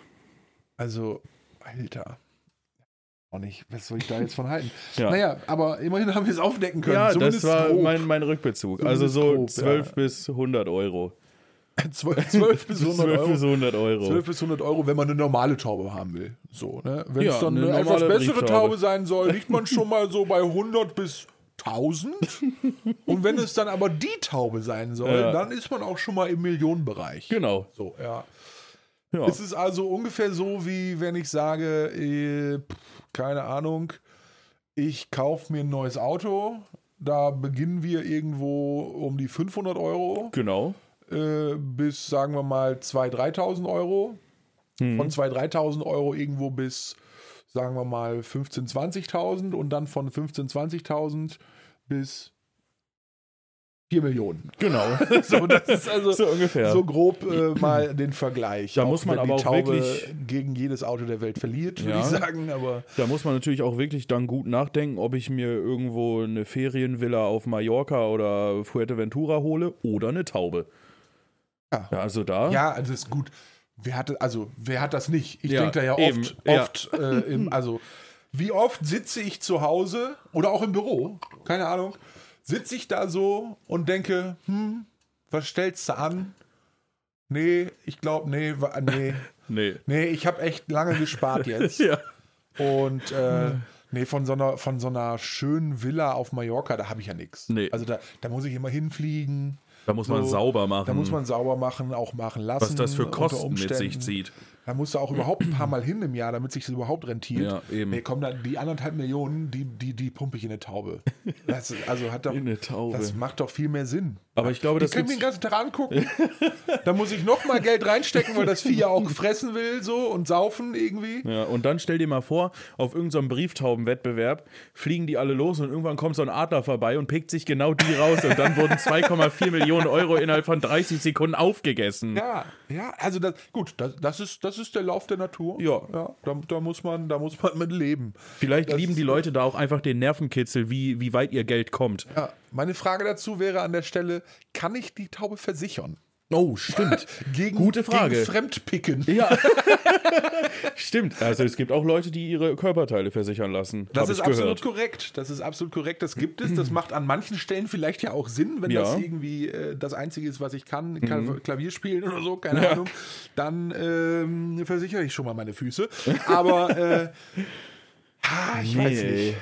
Speaker 2: also, Alter. Auch nicht, was soll ich da jetzt von halten?
Speaker 1: Ja.
Speaker 2: Naja, aber immerhin haben wir es aufdecken können.
Speaker 1: Ja, das
Speaker 2: Zumindest
Speaker 1: war
Speaker 2: (laughs) grob.
Speaker 1: mein, mein Rückbezug. Also
Speaker 2: Zumindest
Speaker 1: so
Speaker 2: grob,
Speaker 1: 12
Speaker 2: ja.
Speaker 1: bis 100 Euro.
Speaker 2: 12,
Speaker 1: (laughs)
Speaker 2: 12 bis 100
Speaker 1: 12
Speaker 2: Euro.
Speaker 1: bis 100 Euro.
Speaker 2: 12 bis 100 Euro, wenn man eine normale Taube haben will. So, ne? Wenn
Speaker 1: Ja,
Speaker 2: es dann
Speaker 1: eine
Speaker 2: eine, etwas
Speaker 1: normale
Speaker 2: bessere
Speaker 1: Brieftaube.
Speaker 2: Taube
Speaker 1: (laughs)
Speaker 2: sein soll, liegt man schon mal so bei 100 bis 1000. Und wenn es dann aber die Taube sein soll,
Speaker 1: Ja.
Speaker 2: dann ist man auch schon mal im Millionenbereich.
Speaker 1: Genau.
Speaker 2: So, ja.
Speaker 1: Ja.
Speaker 2: Es ist also ungefähr so, wie wenn ich sage, äh, pff, keine Ahnung, ich kaufe mir ein neues Auto. Da beginnen wir irgendwo um die 500 Euro
Speaker 1: Genau.
Speaker 2: äh, bis, sagen wir mal, 2.000, 3.000 Euro.
Speaker 1: Hm.
Speaker 2: Von
Speaker 1: Mhm.
Speaker 2: 2.000, 3.000 Euro irgendwo bis, sagen wir mal, 15.000, 20.000 und dann von 15.000, 20.000 bis 4 Millionen. (laughs)
Speaker 1: Genau.
Speaker 2: So, das ist also
Speaker 1: so ungefähr.
Speaker 2: so grob äh, mal den Vergleich.
Speaker 1: Da muss man
Speaker 2: wenn
Speaker 1: aber
Speaker 2: die
Speaker 1: auch
Speaker 2: Taube
Speaker 1: wirklich-
Speaker 2: gegen jedes Auto der Welt verliert, würde
Speaker 1: Ja.
Speaker 2: ich sagen, aber
Speaker 1: Da muss man natürlich auch wirklich dann gut nachdenken, ob ich mir irgendwo eine Ferienvilla auf Mallorca oder Fuerteventura hole oder eine Taube.
Speaker 2: Ja.
Speaker 1: also da.
Speaker 2: ja, also ist gut. Wer hat, also, wer hat das nicht? Ich
Speaker 1: Ja,
Speaker 2: denke da ja
Speaker 1: eben,
Speaker 2: oft,
Speaker 1: ja.
Speaker 2: oft äh, im, also wie oft sitze ich zu Hause oder auch im Büro, keine Ahnung, sitze ich da so und denke, hm, was stellst du an? Nee, ich glaube, nee, wa-
Speaker 1: (laughs)
Speaker 2: nee, (laughs)
Speaker 1: Nee.
Speaker 2: nee, ich habe echt lange gespart jetzt.
Speaker 1: Ja.
Speaker 2: Und äh,
Speaker 1: Hm.
Speaker 2: nee, von so, einer, von so einer schönen Villa auf Mallorca, da habe ich ja nichts.
Speaker 1: Nee.
Speaker 2: Also da, da muss ich immer hinfliegen.
Speaker 1: Da muss
Speaker 2: So,
Speaker 1: man sauber machen.
Speaker 2: Da muss man sauber machen, auch machen lassen.
Speaker 1: was das für
Speaker 2: unter
Speaker 1: Kosten mit sich
Speaker 2: Umständen.
Speaker 1: zieht.
Speaker 2: Da musst du auch überhaupt ein paar Mal hin im Jahr, damit sich das überhaupt rentiert.
Speaker 1: Ja, eben.
Speaker 2: Nee, komm, da, die anderthalb Millionen, die, die, die pumpe ich in
Speaker 1: (laughs)
Speaker 2: eine Taube. Das, also hat doch,
Speaker 1: In eine Taube.
Speaker 2: das macht doch viel mehr Sinn.
Speaker 1: Aber ich glaube, das
Speaker 2: ich kann mir den
Speaker 1: gibt's,
Speaker 2: ganzen Tag
Speaker 1: (laughs)
Speaker 2: angucken. da muss ich noch mal Geld reinstecken, weil das Vieh
Speaker 1: (laughs)
Speaker 2: ja auch fressen will so und saufen irgendwie.
Speaker 1: ja, Und dann stell dir mal vor, auf irgendeinem Brieftaubenwettbewerb fliegen die alle los und irgendwann kommt so ein Adler vorbei und pickt sich genau die raus und dann wurden 2,4 Millionen Euro innerhalb von 30 Sekunden aufgegessen.
Speaker 2: Ja, ja, also das, gut, das, das, ist, das ist der Lauf der Natur.
Speaker 1: Ja.
Speaker 2: da, da, muss man, da muss man mit leben.
Speaker 1: Vielleicht
Speaker 2: Das
Speaker 1: lieben
Speaker 2: ist-
Speaker 1: die Leute da auch einfach den Nervenkitzel, wie, wie weit ihr Geld kommt.
Speaker 2: Ja, meine Frage dazu wäre an der Stelle: Kann ich die Taube versichern?
Speaker 1: Oh, stimmt.
Speaker 2: Gegen,
Speaker 1: Gute Frage.
Speaker 2: Gegen Fremdpicken.
Speaker 1: Ja. (laughs) stimmt. Also es gibt auch Leute, die ihre Körperteile versichern lassen.
Speaker 2: Das
Speaker 1: Hab
Speaker 2: ist
Speaker 1: ich gehört.
Speaker 2: absolut korrekt. Das ist absolut korrekt. Das gibt es. Das
Speaker 1: (clears throat)
Speaker 2: macht an manchen Stellen vielleicht ja auch Sinn, wenn
Speaker 1: Ja. Mhm.
Speaker 2: das irgendwie äh, das Einzige ist, was ich kann, Kla- Klavier spielen oder so, keine Ahnung. Dann ähm, versichere ich schon mal meine Füße. Aber äh,
Speaker 1: (laughs)
Speaker 2: ha, ich weiß nicht.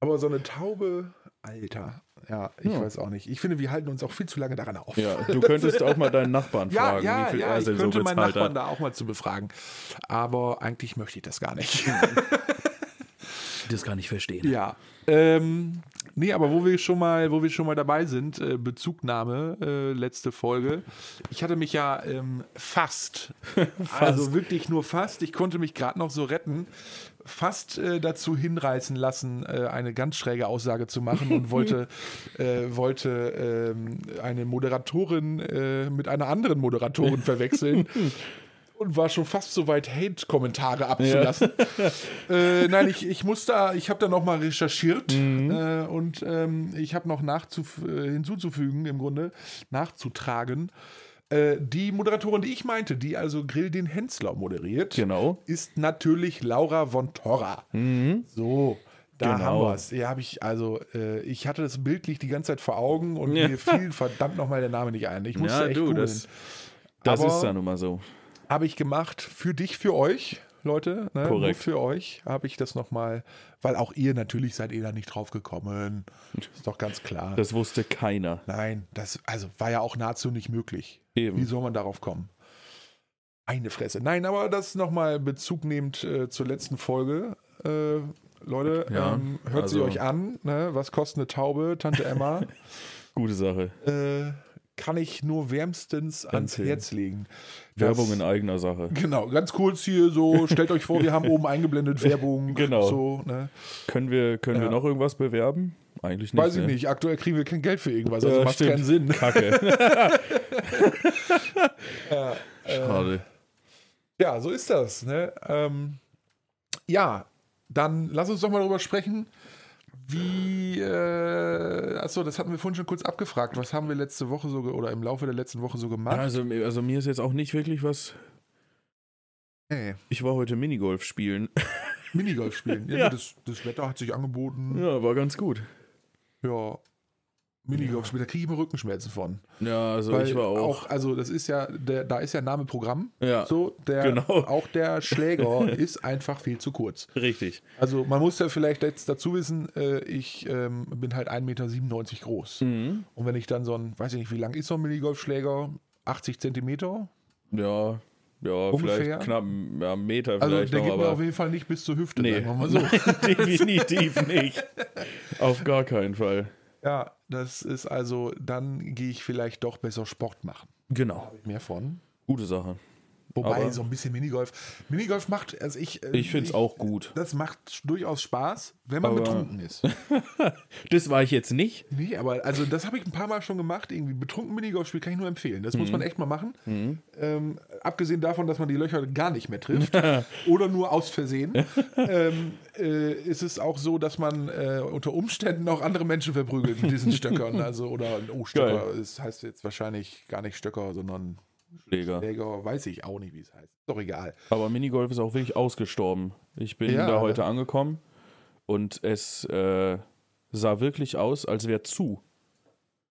Speaker 2: Aber so eine Taube, Alter. Ja, ich weiß auch nicht. Ich finde, wir halten uns auch viel zu lange daran auf. (laughs)
Speaker 1: Ja, du könntest auch mal deinen Nachbarn
Speaker 2: Ja,
Speaker 1: fragen,
Speaker 2: ja,
Speaker 1: wie viel
Speaker 2: ja,
Speaker 1: er
Speaker 2: ich
Speaker 1: denn
Speaker 2: könnte
Speaker 1: so
Speaker 2: meinen
Speaker 1: bezahlt
Speaker 2: Nachbarn
Speaker 1: hat.
Speaker 2: da auch mal zu befragen. Aber eigentlich möchte ich das gar nicht.
Speaker 1: Das kann ich verstehen.
Speaker 2: ja. Ähm, nee, aber wo wir schon mal, wo wir schon mal dabei sind, äh, Bezugnahme, äh, letzte Folge. Ich hatte mich ja ähm, fast, also wirklich nur fast, ich konnte mich gerade noch so retten, fast äh, dazu hinreißen lassen, äh, eine ganz schräge Aussage zu machen und wollte, äh, wollte ähm, eine Moderatorin äh, mit einer anderen Moderatorin verwechseln. und war schon fast so weit,
Speaker 1: (laughs)
Speaker 2: Hate-Kommentare abzulassen. äh, nein, ich, ich muss da, ich habe da nochmal recherchiert
Speaker 1: Mhm.
Speaker 2: äh, und ähm, ich habe noch nachzuf äh, hinzuzufügen, im Grunde, nachzutragen. Äh, die Moderatorin, die ich meinte, die also Grill den Hensler moderiert,
Speaker 1: Genau.
Speaker 2: ist natürlich Laura von Torra. So. Da
Speaker 1: Mhm. Genau.
Speaker 2: haben wir es. Ja, habe ich, also, äh, ich hatte das bildlich die ganze Zeit vor Augen und
Speaker 1: Ja.
Speaker 2: mir fiel verdammt nochmal der Name nicht ein. Ich musste
Speaker 1: (laughs) Ja,
Speaker 2: echt
Speaker 1: du,
Speaker 2: googeln.
Speaker 1: das- Das
Speaker 2: Aber-
Speaker 1: ist ja nun mal so.
Speaker 2: Habe ich gemacht für dich, für euch, Leute. Ne? Nur
Speaker 1: Korrekt.
Speaker 2: für euch habe ich das nochmal, weil auch ihr natürlich seid ihr da nicht drauf gekommen. Ist doch ganz klar.
Speaker 1: Das wusste keiner.
Speaker 2: Nein, das also war ja auch nahezu nicht möglich.
Speaker 1: Eben.
Speaker 2: Wie soll man darauf kommen? Eine Fresse. Nein, aber das nochmal Bezug nehmend äh, zur letzten Folge. Äh, Leute,
Speaker 1: Ja,
Speaker 2: ähm, hört sie
Speaker 1: also- (laughs)
Speaker 2: euch an. Ne? Was kostet eine Taube, Tante Emma?
Speaker 1: Gute Sache.
Speaker 2: äh, kann ich nur wärmstens ans
Speaker 1: Empfehlen.
Speaker 2: Herz legen.
Speaker 1: Werbung
Speaker 2: Das-
Speaker 1: in eigener Sache.
Speaker 2: Genau, ganz kurz hier so, stellt euch vor, wir haben oben
Speaker 1: (laughs)
Speaker 2: eingeblendet Werbung.
Speaker 1: Genau.
Speaker 2: So, ne?
Speaker 1: Können wir, können wir
Speaker 2: Ja.
Speaker 1: noch irgendwas bewerben? Eigentlich nicht.
Speaker 2: Weiß ich
Speaker 1: ne?
Speaker 2: nicht, aktuell kriegen wir kein Geld für irgendwas, also
Speaker 1: Ja,
Speaker 2: macht
Speaker 1: stimmt.
Speaker 2: keinen Sinn.
Speaker 1: Kacke. (laughs)
Speaker 2: (laughs) äh,
Speaker 1: Schade.
Speaker 2: Ja, so ist das. Ne? Ähm, ja, dann lass uns doch mal darüber sprechen, wie, äh, achso, das hatten wir vorhin schon kurz abgefragt, was haben wir letzte Woche so, ge- oder im Laufe der letzten Woche so gemacht?
Speaker 1: Also, also mir ist jetzt auch nicht wirklich was.
Speaker 2: Nee.
Speaker 1: Ich war heute Minigolf spielen. (laughs)
Speaker 2: Minigolf spielen. Ja,
Speaker 1: Ja.
Speaker 2: Das, das Wetter hat sich angeboten.
Speaker 1: Ja, war ganz gut.
Speaker 2: Ja. Minigolf spielen, da kriege ich immer Rückenschmerzen von.
Speaker 1: Ja, also
Speaker 2: Weil
Speaker 1: ich war auch.
Speaker 2: Also, das ist ja, der, da ist ja Name Programm.
Speaker 1: Ja,
Speaker 2: So, der,
Speaker 1: genau.
Speaker 2: (laughs) auch der Schläger ist einfach viel zu kurz.
Speaker 1: richtig.
Speaker 2: Also man muss ja vielleicht jetzt dazu wissen, äh, ich ähm, bin halt 1,97 Meter groß.
Speaker 1: Mhm.
Speaker 2: Und wenn ich dann so ein, weiß ich nicht, wie lang ist so ein Minigolfschläger? 80 Zentimeter?
Speaker 1: Ja, ja,
Speaker 2: Ungefähr?
Speaker 1: vielleicht knapp einen ja, einen Meter
Speaker 2: Also
Speaker 1: vielleicht
Speaker 2: der
Speaker 1: noch,
Speaker 2: geht mir
Speaker 1: aber.
Speaker 2: auf jeden Fall nicht bis zur Hüfte,
Speaker 1: nee,
Speaker 2: sagen wir
Speaker 1: (laughs)
Speaker 2: mal so.
Speaker 1: Nein, definitiv nicht. Auf gar keinen Fall.
Speaker 2: Ja, das ist also, dann gehe ich vielleicht doch besser Sport machen.
Speaker 1: Genau.
Speaker 2: Mehr von.
Speaker 1: Gute Sache.
Speaker 2: Wobei
Speaker 1: Aber-
Speaker 2: so ein bisschen Minigolf. Minigolf macht, also ich. äh,
Speaker 1: Ich find's auch gut.
Speaker 2: Das macht durchaus Spaß, wenn man
Speaker 1: Aber-
Speaker 2: betrunken ist.
Speaker 1: Das war ich jetzt nicht.
Speaker 2: Nee, aber also das habe ich ein paar Mal schon gemacht. Irgendwie betrunken Minigolf spielen kann ich nur empfehlen. Das
Speaker 1: Mhm.
Speaker 2: muss man echt mal machen. Ähm, abgesehen davon, dass man die Löcher gar nicht mehr
Speaker 1: (laughs)
Speaker 2: trifft oder nur aus Versehen, ähm, äh, ist es auch so, dass man äh, unter Umständen auch andere Menschen verprügelt mit diesen Stöckern. Also oder oh Stöcker,
Speaker 1: Geil.
Speaker 2: das heißt jetzt wahrscheinlich gar nicht Stöcker, sondern
Speaker 1: Schläger.
Speaker 2: Läger, weiß ich auch nicht, wie es heißt. Ist doch egal.
Speaker 1: Aber Minigolf ist auch wirklich ausgestorben. Ich bin
Speaker 2: Ja.
Speaker 1: da heute angekommen und es äh, sah wirklich aus, als wäre zu.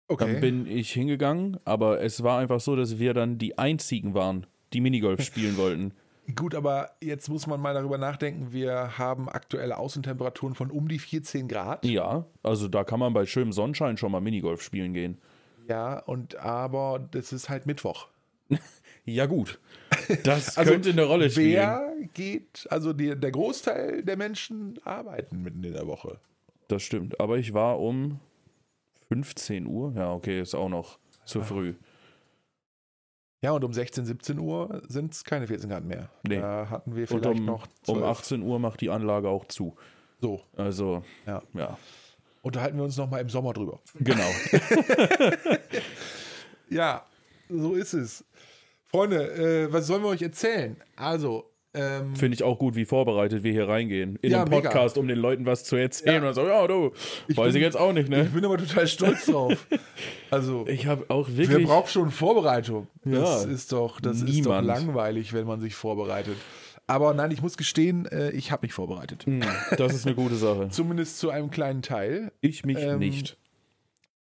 Speaker 1: Dann
Speaker 2: Okay.
Speaker 1: bin ich hingegangen, aber es war einfach so, dass wir dann die einzigen waren, die Minigolf spielen wollten.
Speaker 2: Gut, aber jetzt muss man mal darüber nachdenken. Wir haben aktuelle Außentemperaturen von um die 14 Grad.
Speaker 1: Ja, also da kann man bei schönem Sonnenschein schon mal Minigolf spielen gehen.
Speaker 2: Ja, und aber das ist halt Mittwoch.
Speaker 1: Ja, gut. Das
Speaker 2: (laughs) Also,
Speaker 1: könnte eine Rolle spielen.
Speaker 2: Wer geht, also die, der Großteil der Menschen arbeiten mitten in der Woche.
Speaker 1: Das stimmt. Aber ich war um 15 Uhr. Ja, okay, ist auch noch
Speaker 2: Ah,
Speaker 1: zu früh.
Speaker 2: Ja, und um 16, 17 Uhr sind es keine 14 Grad mehr.
Speaker 1: Nee.
Speaker 2: Da hatten wir
Speaker 1: Und
Speaker 2: vielleicht
Speaker 1: um,
Speaker 2: noch
Speaker 1: um
Speaker 2: 12.
Speaker 1: 18 Uhr macht die Anlage auch zu.
Speaker 2: So,
Speaker 1: Also,
Speaker 2: Ja.
Speaker 1: ja.
Speaker 2: unterhalten wir uns nochmal im Sommer drüber.
Speaker 1: Genau. (laughs)
Speaker 2: Ja, so ist es. Freunde, äh, was sollen wir euch erzählen? Also, ähm,
Speaker 1: Finde ich auch gut, wie vorbereitet wir hier reingehen. In
Speaker 2: Ja,
Speaker 1: einem Podcast, um den Leuten was zu erzählen.
Speaker 2: Ja.
Speaker 1: Und so, ja, du, weiß
Speaker 2: bin-
Speaker 1: ich jetzt auch nicht,
Speaker 2: ich
Speaker 1: ne?
Speaker 2: bin aber total stolz drauf. Also,
Speaker 1: (laughs) Ich habe auch
Speaker 2: wer
Speaker 1: wirklich.
Speaker 2: braucht schon Vorbereitung? Das
Speaker 1: Ja,
Speaker 2: ist doch, das ist doch
Speaker 1: niemand.
Speaker 2: langweilig, wenn man sich vorbereitet. Aber nein, ich muss gestehen, äh, ich habe mich vorbereitet.
Speaker 1: Hm. das ist eine gute Sache.
Speaker 2: Zumindest zu einem kleinen Teil.
Speaker 1: (laughs) Ich mich
Speaker 2: Ähm,
Speaker 1: nicht.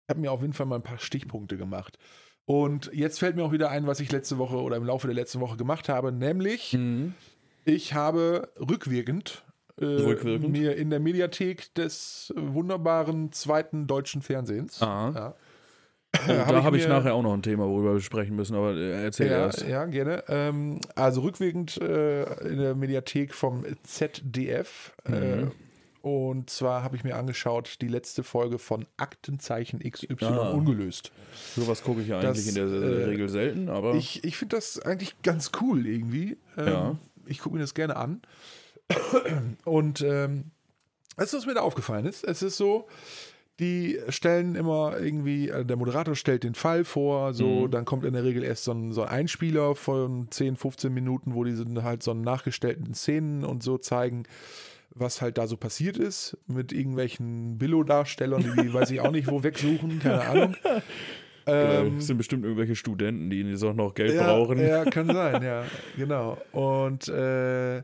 Speaker 2: Ich habe mir auf jeden Fall mal ein paar Stichpunkte gemacht. Und jetzt fällt mir auch wieder ein, was ich letzte Woche oder im Laufe der letzten Woche gemacht habe, nämlich
Speaker 1: Hm.
Speaker 2: ich habe rückwirkend, äh,
Speaker 1: Rückwirkend?
Speaker 2: mir in der Mediathek des wunderbaren zweiten deutschen Fernsehens.
Speaker 1: Ah.
Speaker 2: Ja, äh,
Speaker 1: Oh, da
Speaker 2: ich
Speaker 1: habe ich,
Speaker 2: mir-
Speaker 1: nachher auch noch ein Thema, worüber wir sprechen müssen, aber äh, erzähl
Speaker 2: ja,
Speaker 1: erst.
Speaker 2: ja, gerne. Ähm, also rückwirkend äh, in der Mediathek vom ZDF. Äh,
Speaker 1: Mhm.
Speaker 2: und zwar habe ich mir angeschaut die letzte Folge von Aktenzeichen XY
Speaker 1: Ah.
Speaker 2: ungelöst.
Speaker 1: Sowas gucke ich ja
Speaker 2: Das,
Speaker 1: eigentlich in der
Speaker 2: äh,
Speaker 1: Regel selten, aber
Speaker 2: Ich, ich finde das eigentlich ganz cool irgendwie. Ähm,
Speaker 1: Ja.
Speaker 2: Ich gucke mir das gerne an. (clears throat) Und ähm, das, was mir da aufgefallen ist, es ist so, die stellen immer irgendwie, äh, der Moderator stellt den Fall vor, so,
Speaker 1: Mhm.
Speaker 2: dann kommt in der Regel erst so ein, so ein Einspieler von 10, 15 Minuten, wo die so halt so einen nachgestellten Szenen und so zeigen, was halt da so passiert ist, mit irgendwelchen Billo-Darstellern, die weiß ich auch nicht, wo wegsuchen, keine Ahnung.
Speaker 1: (laughs)
Speaker 2: Ähm,
Speaker 1: äh, es sind bestimmt irgendwelche Studenten, die jetzt auch noch Geld
Speaker 2: Ja,
Speaker 1: brauchen.
Speaker 2: Ja, kann sein, ja, genau. Und äh,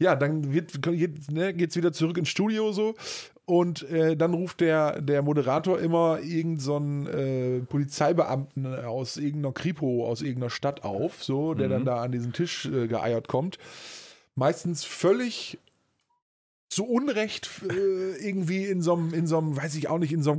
Speaker 2: ja, dann wird, geht ne, geht's wieder zurück ins Studio so. Und äh, dann ruft der, der Moderator immer irgendeinen so einen, äh, Polizeibeamten aus irgendeiner Kripo, aus irgendeiner Stadt auf, so, der
Speaker 1: Mhm.
Speaker 2: dann da an diesen Tisch äh, geeiert kommt. Meistens völlig zu Unrecht äh, irgendwie in so einem, in so einem, weiß ich auch nicht, in so einem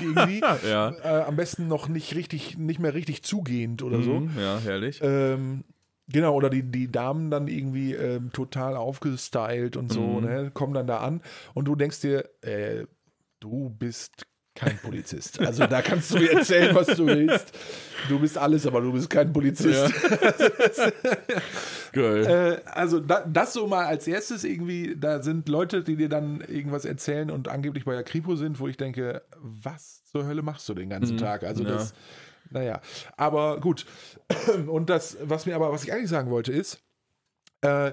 Speaker 1: (laughs)
Speaker 2: irgendwie.
Speaker 1: Ja.
Speaker 2: Äh, am besten noch nicht richtig, nicht mehr richtig zugehend oder so.
Speaker 1: Mhm, ja, herrlich.
Speaker 2: Ähm, genau, oder die, die Damen dann irgendwie ähm, total aufgestylt und so, ne, kommen dann da an und du denkst dir, äh, du bist kein Polizist. Also da kannst du mir erzählen, was du willst. Du bist alles, aber du bist kein (laughs) Polizist.
Speaker 1: Geil.
Speaker 2: Äh, also da, das so mal als erstes irgendwie, da sind Leute, die dir dann irgendwas erzählen und angeblich bei der Kripo sind, wo ich denke, was zur Hölle machst du den ganzen Tag? Also
Speaker 1: Mhm. ja.
Speaker 2: das, naja, aber gut. (clears throat) Und das, was mir aber, was ich eigentlich sagen wollte, ist, äh,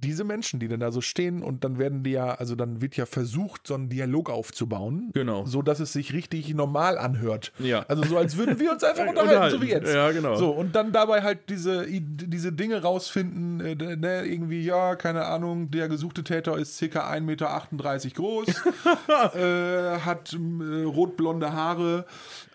Speaker 2: diese Menschen, die dann da so stehen und dann werden die ja, also dann wird ja versucht, so einen Dialog aufzubauen,
Speaker 1: Genau.
Speaker 2: so dass es sich richtig normal anhört.
Speaker 1: Ja.
Speaker 2: Also so als
Speaker 1: (laughs)
Speaker 2: würden wir uns einfach unterhalten, so wie jetzt.
Speaker 1: Ja, genau.
Speaker 2: So, und dann dabei halt diese, I- diese Dinge rausfinden, äh, d- ne, irgendwie, ja, keine Ahnung, der gesuchte Täter ist ca. 1,38 Meter groß,
Speaker 1: (laughs)
Speaker 2: äh, hat m, äh, rotblonde Haare,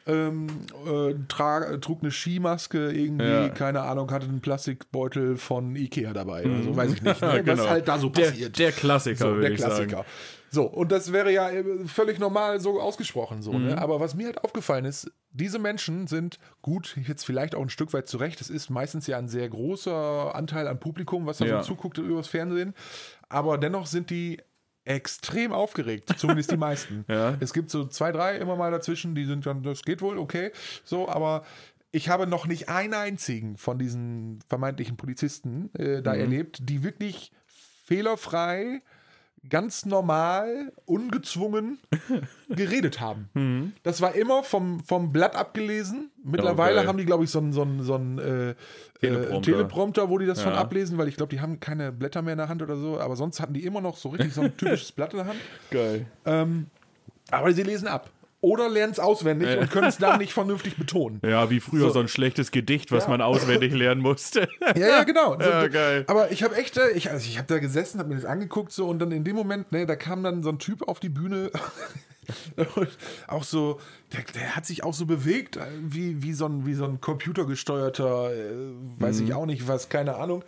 Speaker 2: ähm, äh, tra trug eine Skimaske irgendwie,
Speaker 1: Ja.
Speaker 2: keine Ahnung, hatte einen Plastikbeutel von Ikea dabei oder
Speaker 1: Mhm.
Speaker 2: so, weiß ich
Speaker 1: (laughs)
Speaker 2: nicht, ne, was halt da so
Speaker 1: genau. der,
Speaker 2: passiert.
Speaker 1: der Klassiker,
Speaker 2: So,
Speaker 1: würde
Speaker 2: der
Speaker 1: ich
Speaker 2: Klassiker.
Speaker 1: sagen.
Speaker 2: So, und das wäre ja äh, völlig normal so ausgesprochen. So,
Speaker 1: Mhm.
Speaker 2: ne? Aber was mir halt aufgefallen ist, diese Menschen sind gut, jetzt vielleicht auch ein Stück weit zurecht. Es ist meistens ja ein sehr großer Anteil an Publikum, was da
Speaker 1: Ja.
Speaker 2: so zuguckt übers Fernsehen. Aber dennoch sind die extrem aufgeregt, zumindest die meisten.
Speaker 1: (laughs) Ja.
Speaker 2: Es gibt so zwei, drei immer mal dazwischen, die sind dann, das geht wohl, okay. So, aber ich habe noch nicht einen einzigen von diesen vermeintlichen Polizisten äh,
Speaker 1: Mhm.
Speaker 2: da erlebt, die wirklich fehlerfrei, ganz normal, ungezwungen geredet haben. Das war immer vom, vom Blatt abgelesen. Mittlerweile
Speaker 1: geil.
Speaker 2: haben die, glaube ich, so einen so einen- so einen, äh,
Speaker 1: Teleprompter.
Speaker 2: Teleprompter. Teleprompter, wo die das von
Speaker 1: Ja.
Speaker 2: ablesen, weil ich glaube, die haben keine Blätter mehr in der Hand oder so. Aber sonst hatten die immer noch so richtig so ein typisches Blatt in der Hand.
Speaker 1: Geil.
Speaker 2: Ähm, aber sie lesen ab. Oder lernen es auswendig und können es dann nicht vernünftig betonen.
Speaker 1: Ja, wie früher so, ein schlechtes Gedicht, was man auswendig lernen
Speaker 2: (laughs)
Speaker 1: musste.
Speaker 2: Ja, ja, genau.
Speaker 1: (laughs)
Speaker 2: So,
Speaker 1: Ja, geil.
Speaker 2: Aber ich habe echt, äh, ich, also ich habe da gesessen, habe mir das angeguckt so und dann in dem Moment, ne, da kam dann so ein Typ auf die Bühne. (laughs) und auch so, der, der hat sich auch so bewegt, äh, wie, wie, so ein, wie so ein computergesteuerter, äh, weiß
Speaker 1: Mhm.
Speaker 2: ich auch nicht was, keine Ahnung.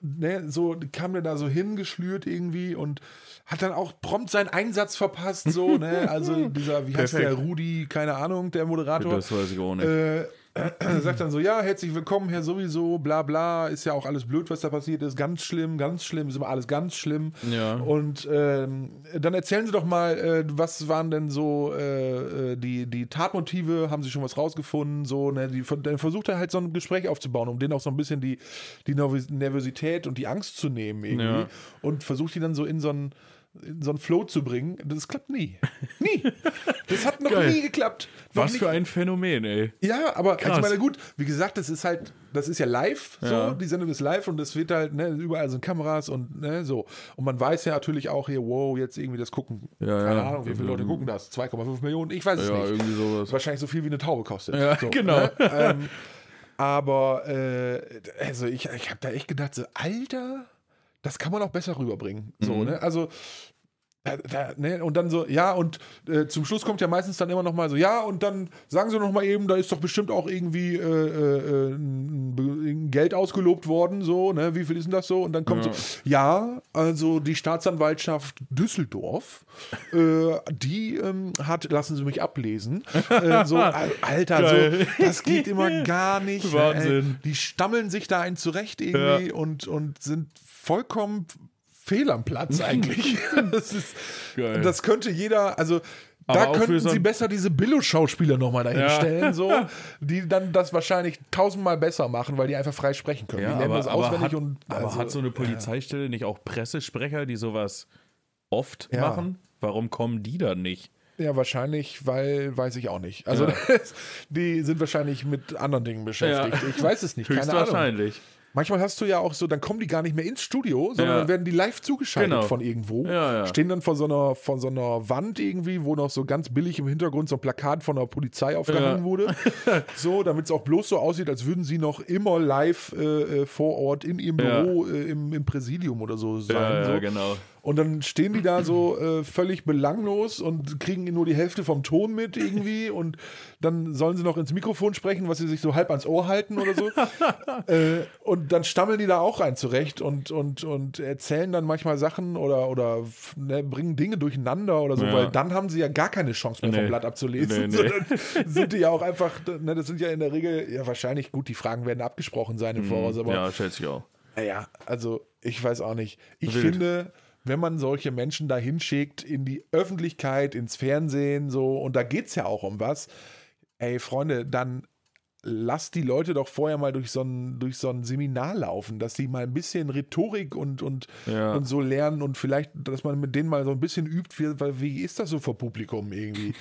Speaker 2: Ne, so kam der da so hingeschlürt irgendwie und hat dann auch prompt seinen Einsatz verpasst, so,
Speaker 1: (laughs)
Speaker 2: ne? Also dieser, wie heißt der,
Speaker 1: Perfekt.
Speaker 2: Rudi, keine Ahnung, der Moderator.
Speaker 1: Das weiß ich auch nicht.
Speaker 2: Äh, (clears throat) sagt dann so, ja, herzlich willkommen, Herr sowieso, bla bla, ist ja auch alles blöd, was da passiert ist, ganz schlimm, ganz schlimm, ist immer alles ganz schlimm.
Speaker 1: Ja.
Speaker 2: Und ähm, dann erzählen Sie doch mal, äh, was waren denn so äh, äh, die, die Tatmotive, haben Sie schon was rausgefunden, so, ne, die, dann versucht er halt so ein Gespräch aufzubauen, um denen auch so ein bisschen die, die Nervos- Nervosität und die Angst zu nehmen irgendwie
Speaker 1: Ja.
Speaker 2: und versucht die dann so in so einen in so einen Flow zu bringen, das klappt nie. Nie. Das hat noch
Speaker 1: Geil.
Speaker 2: nie geklappt. Noch
Speaker 1: was
Speaker 2: nicht-
Speaker 1: für ein Phänomen, ey.
Speaker 2: ja, aber
Speaker 1: Krass.
Speaker 2: ich meine, gut, wie gesagt, das ist halt, das ist ja live, so,
Speaker 1: Ja.
Speaker 2: die Sendung ist live und das wird halt, ne, überall sind Kameras und ne, so. Und man weiß ja natürlich auch hier, wow, jetzt irgendwie das gucken.
Speaker 1: Ja,
Speaker 2: Keine
Speaker 1: ja. mhm.
Speaker 2: Ahnung, wie viele Leute gucken das? 2,5 Millionen, ich weiß es
Speaker 1: Ja,
Speaker 2: nicht.
Speaker 1: irgendwie sowas.
Speaker 2: Wahrscheinlich so viel wie eine Taube kostet.
Speaker 1: Ja,
Speaker 2: so,
Speaker 1: genau. (laughs)
Speaker 2: Ne? Ähm, aber äh, also ich, ich habe da echt gedacht, so, Alter, das kann man auch besser rüberbringen. So,
Speaker 1: Mhm.
Speaker 2: ne? Also da, da, ne? Und dann so, ja, und äh, zum Schluss kommt ja meistens dann immer noch mal so, ja, und dann sagen sie noch mal eben, da ist doch bestimmt auch irgendwie äh, äh, äh, ein Be- ein Geld ausgelobt worden, so, ne, wie viel ist denn das so? Und dann kommt so, ja, also die Staatsanwaltschaft Düsseldorf, äh, die ähm, hat, lassen Sie mich ablesen,
Speaker 1: (laughs)
Speaker 2: äh, so, al- Alter,
Speaker 1: Geil.
Speaker 2: so, das geht immer gar nicht.
Speaker 1: (laughs)
Speaker 2: ne,
Speaker 1: Wahnsinn.
Speaker 2: Ey, die stammeln sich da ein zurecht irgendwie und, und sind vollkommen fehl am
Speaker 1: (laughs)
Speaker 2: Platz eigentlich. (laughs) das ist,
Speaker 1: Geil.
Speaker 2: das könnte jeder, also
Speaker 1: Aber auch
Speaker 2: da
Speaker 1: für
Speaker 2: könnten
Speaker 1: so ein-
Speaker 2: sie besser diese Billo-Schauspieler nochmal dahin
Speaker 1: Ja. (laughs)
Speaker 2: stellen, so, die dann das wahrscheinlich tausendmal besser machen, weil die einfach frei sprechen können. die
Speaker 1: Ja,
Speaker 2: lernen
Speaker 1: aber,
Speaker 2: das
Speaker 1: aber,
Speaker 2: auswendig
Speaker 1: hat,
Speaker 2: und
Speaker 1: aber
Speaker 2: also,
Speaker 1: hat so eine Polizeistelle nicht auch Pressesprecher, die sowas oft
Speaker 2: Ja.
Speaker 1: machen? Warum kommen die dann nicht?
Speaker 2: ja, wahrscheinlich, weil, weiß ich auch nicht. Also das, (laughs) die sind wahrscheinlich mit anderen Dingen beschäftigt. Ich weiß es nicht, keine Ahnung.
Speaker 1: Höchstwahrscheinlich.
Speaker 2: Manchmal hast du ja auch so, dann kommen die gar nicht mehr ins Studio, sondern
Speaker 1: Ja.
Speaker 2: dann werden die live zugeschaltet
Speaker 1: Genau.
Speaker 2: von irgendwo.
Speaker 1: Ja, ja.
Speaker 2: Stehen dann vor so, einer, vor so einer Wand irgendwie, wo noch so ganz billig im Hintergrund so ein Plakat von der Polizei aufgehangen
Speaker 1: Ja. (laughs)
Speaker 2: wurde. So, damit es auch bloß so aussieht, als würden sie noch immer live äh, äh, vor Ort in ihrem
Speaker 1: Ja.
Speaker 2: Büro, äh, im, im Präsidium oder so sein.
Speaker 1: Ja,
Speaker 2: so.
Speaker 1: ja, genau.
Speaker 2: Und dann stehen die da so äh, völlig belanglos und kriegen nur die Hälfte vom Ton mit irgendwie und dann sollen sie noch ins Mikrofon sprechen, was sie sich so halb ans Ohr halten oder
Speaker 1: (laughs)
Speaker 2: so. äh, und dann stammeln die da auch rein zurecht und, und, und erzählen dann manchmal Sachen oder, oder f- ne, bringen Dinge durcheinander oder so,
Speaker 1: Ja.
Speaker 2: weil dann haben sie ja gar keine Chance mehr
Speaker 1: Nee.
Speaker 2: vom Blatt abzulesen.
Speaker 1: Nee, nee.
Speaker 2: So, dann sind die ja auch einfach, ne, das sind ja in der Regel, ja wahrscheinlich gut, die Fragen werden
Speaker 1: Mhm,
Speaker 2: abgesprochen sein im Voraus, aber
Speaker 1: Ja, schätze ich auch.
Speaker 2: naja, also ich weiß auch nicht. Ich
Speaker 1: Wild.
Speaker 2: finde, wenn man solche Menschen da hinschickt in die Öffentlichkeit, ins Fernsehen, so, und da geht es ja auch um was. Ey, Freunde, dann lasst die Leute doch vorher mal durch so ein, durch so ein Seminar laufen, dass die mal ein bisschen Rhetorik und, und,
Speaker 1: Ja.
Speaker 2: und so lernen und vielleicht, dass man mit denen mal so ein bisschen übt, wie, weil wie ist das so vor Publikum irgendwie?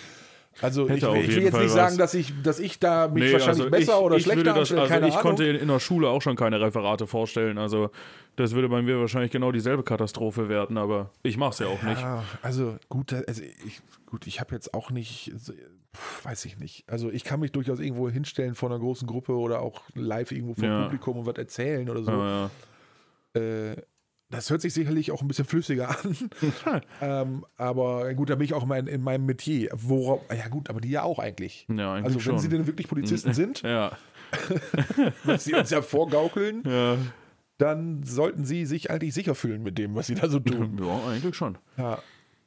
Speaker 2: Also
Speaker 1: Hätte
Speaker 2: ich,
Speaker 1: auf
Speaker 2: will- ich will
Speaker 1: jeden
Speaker 2: jetzt
Speaker 1: Fall
Speaker 2: nicht sagen,
Speaker 1: was.
Speaker 2: dass ich, dass ich da mich wahrscheinlich
Speaker 1: also
Speaker 2: besser
Speaker 1: ich,
Speaker 2: oder
Speaker 1: ich
Speaker 2: schlechter
Speaker 1: würde das,
Speaker 2: anstelle,
Speaker 1: also
Speaker 2: keine
Speaker 1: ich
Speaker 2: Ahnung.
Speaker 1: konnte in, in der Schule auch schon keine Referate vorstellen. Also das würde bei mir wahrscheinlich genau dieselbe Katastrophe werden, aber ich mach's ja auch nicht.
Speaker 2: Ja, also gut, da- also ich, gut, ich habe jetzt auch nicht, so- pf, weiß ich nicht. Also ich kann mich durchaus irgendwo hinstellen vor einer großen Gruppe oder auch live irgendwo vor
Speaker 1: Ja.
Speaker 2: Publikum und was erzählen oder so.
Speaker 1: Ja,
Speaker 2: Äh, das hört sich sicherlich auch ein bisschen flüssiger (laughs) an. ähm, aber gut, da bin ich auch mein, in meinem Metier. Worauf, ja gut, aber die ja auch eigentlich.
Speaker 1: Ja, eigentlich
Speaker 2: also wenn
Speaker 1: schon.
Speaker 2: sie denn wirklich
Speaker 1: (laughs)
Speaker 2: Polizisten sind,
Speaker 1: ja.
Speaker 2: was sie uns ja vorgaukeln,
Speaker 1: ja.
Speaker 2: dann sollten sie sich eigentlich sicher fühlen mit dem, was sie da so tun.
Speaker 1: ja eigentlich schon.
Speaker 2: Ja.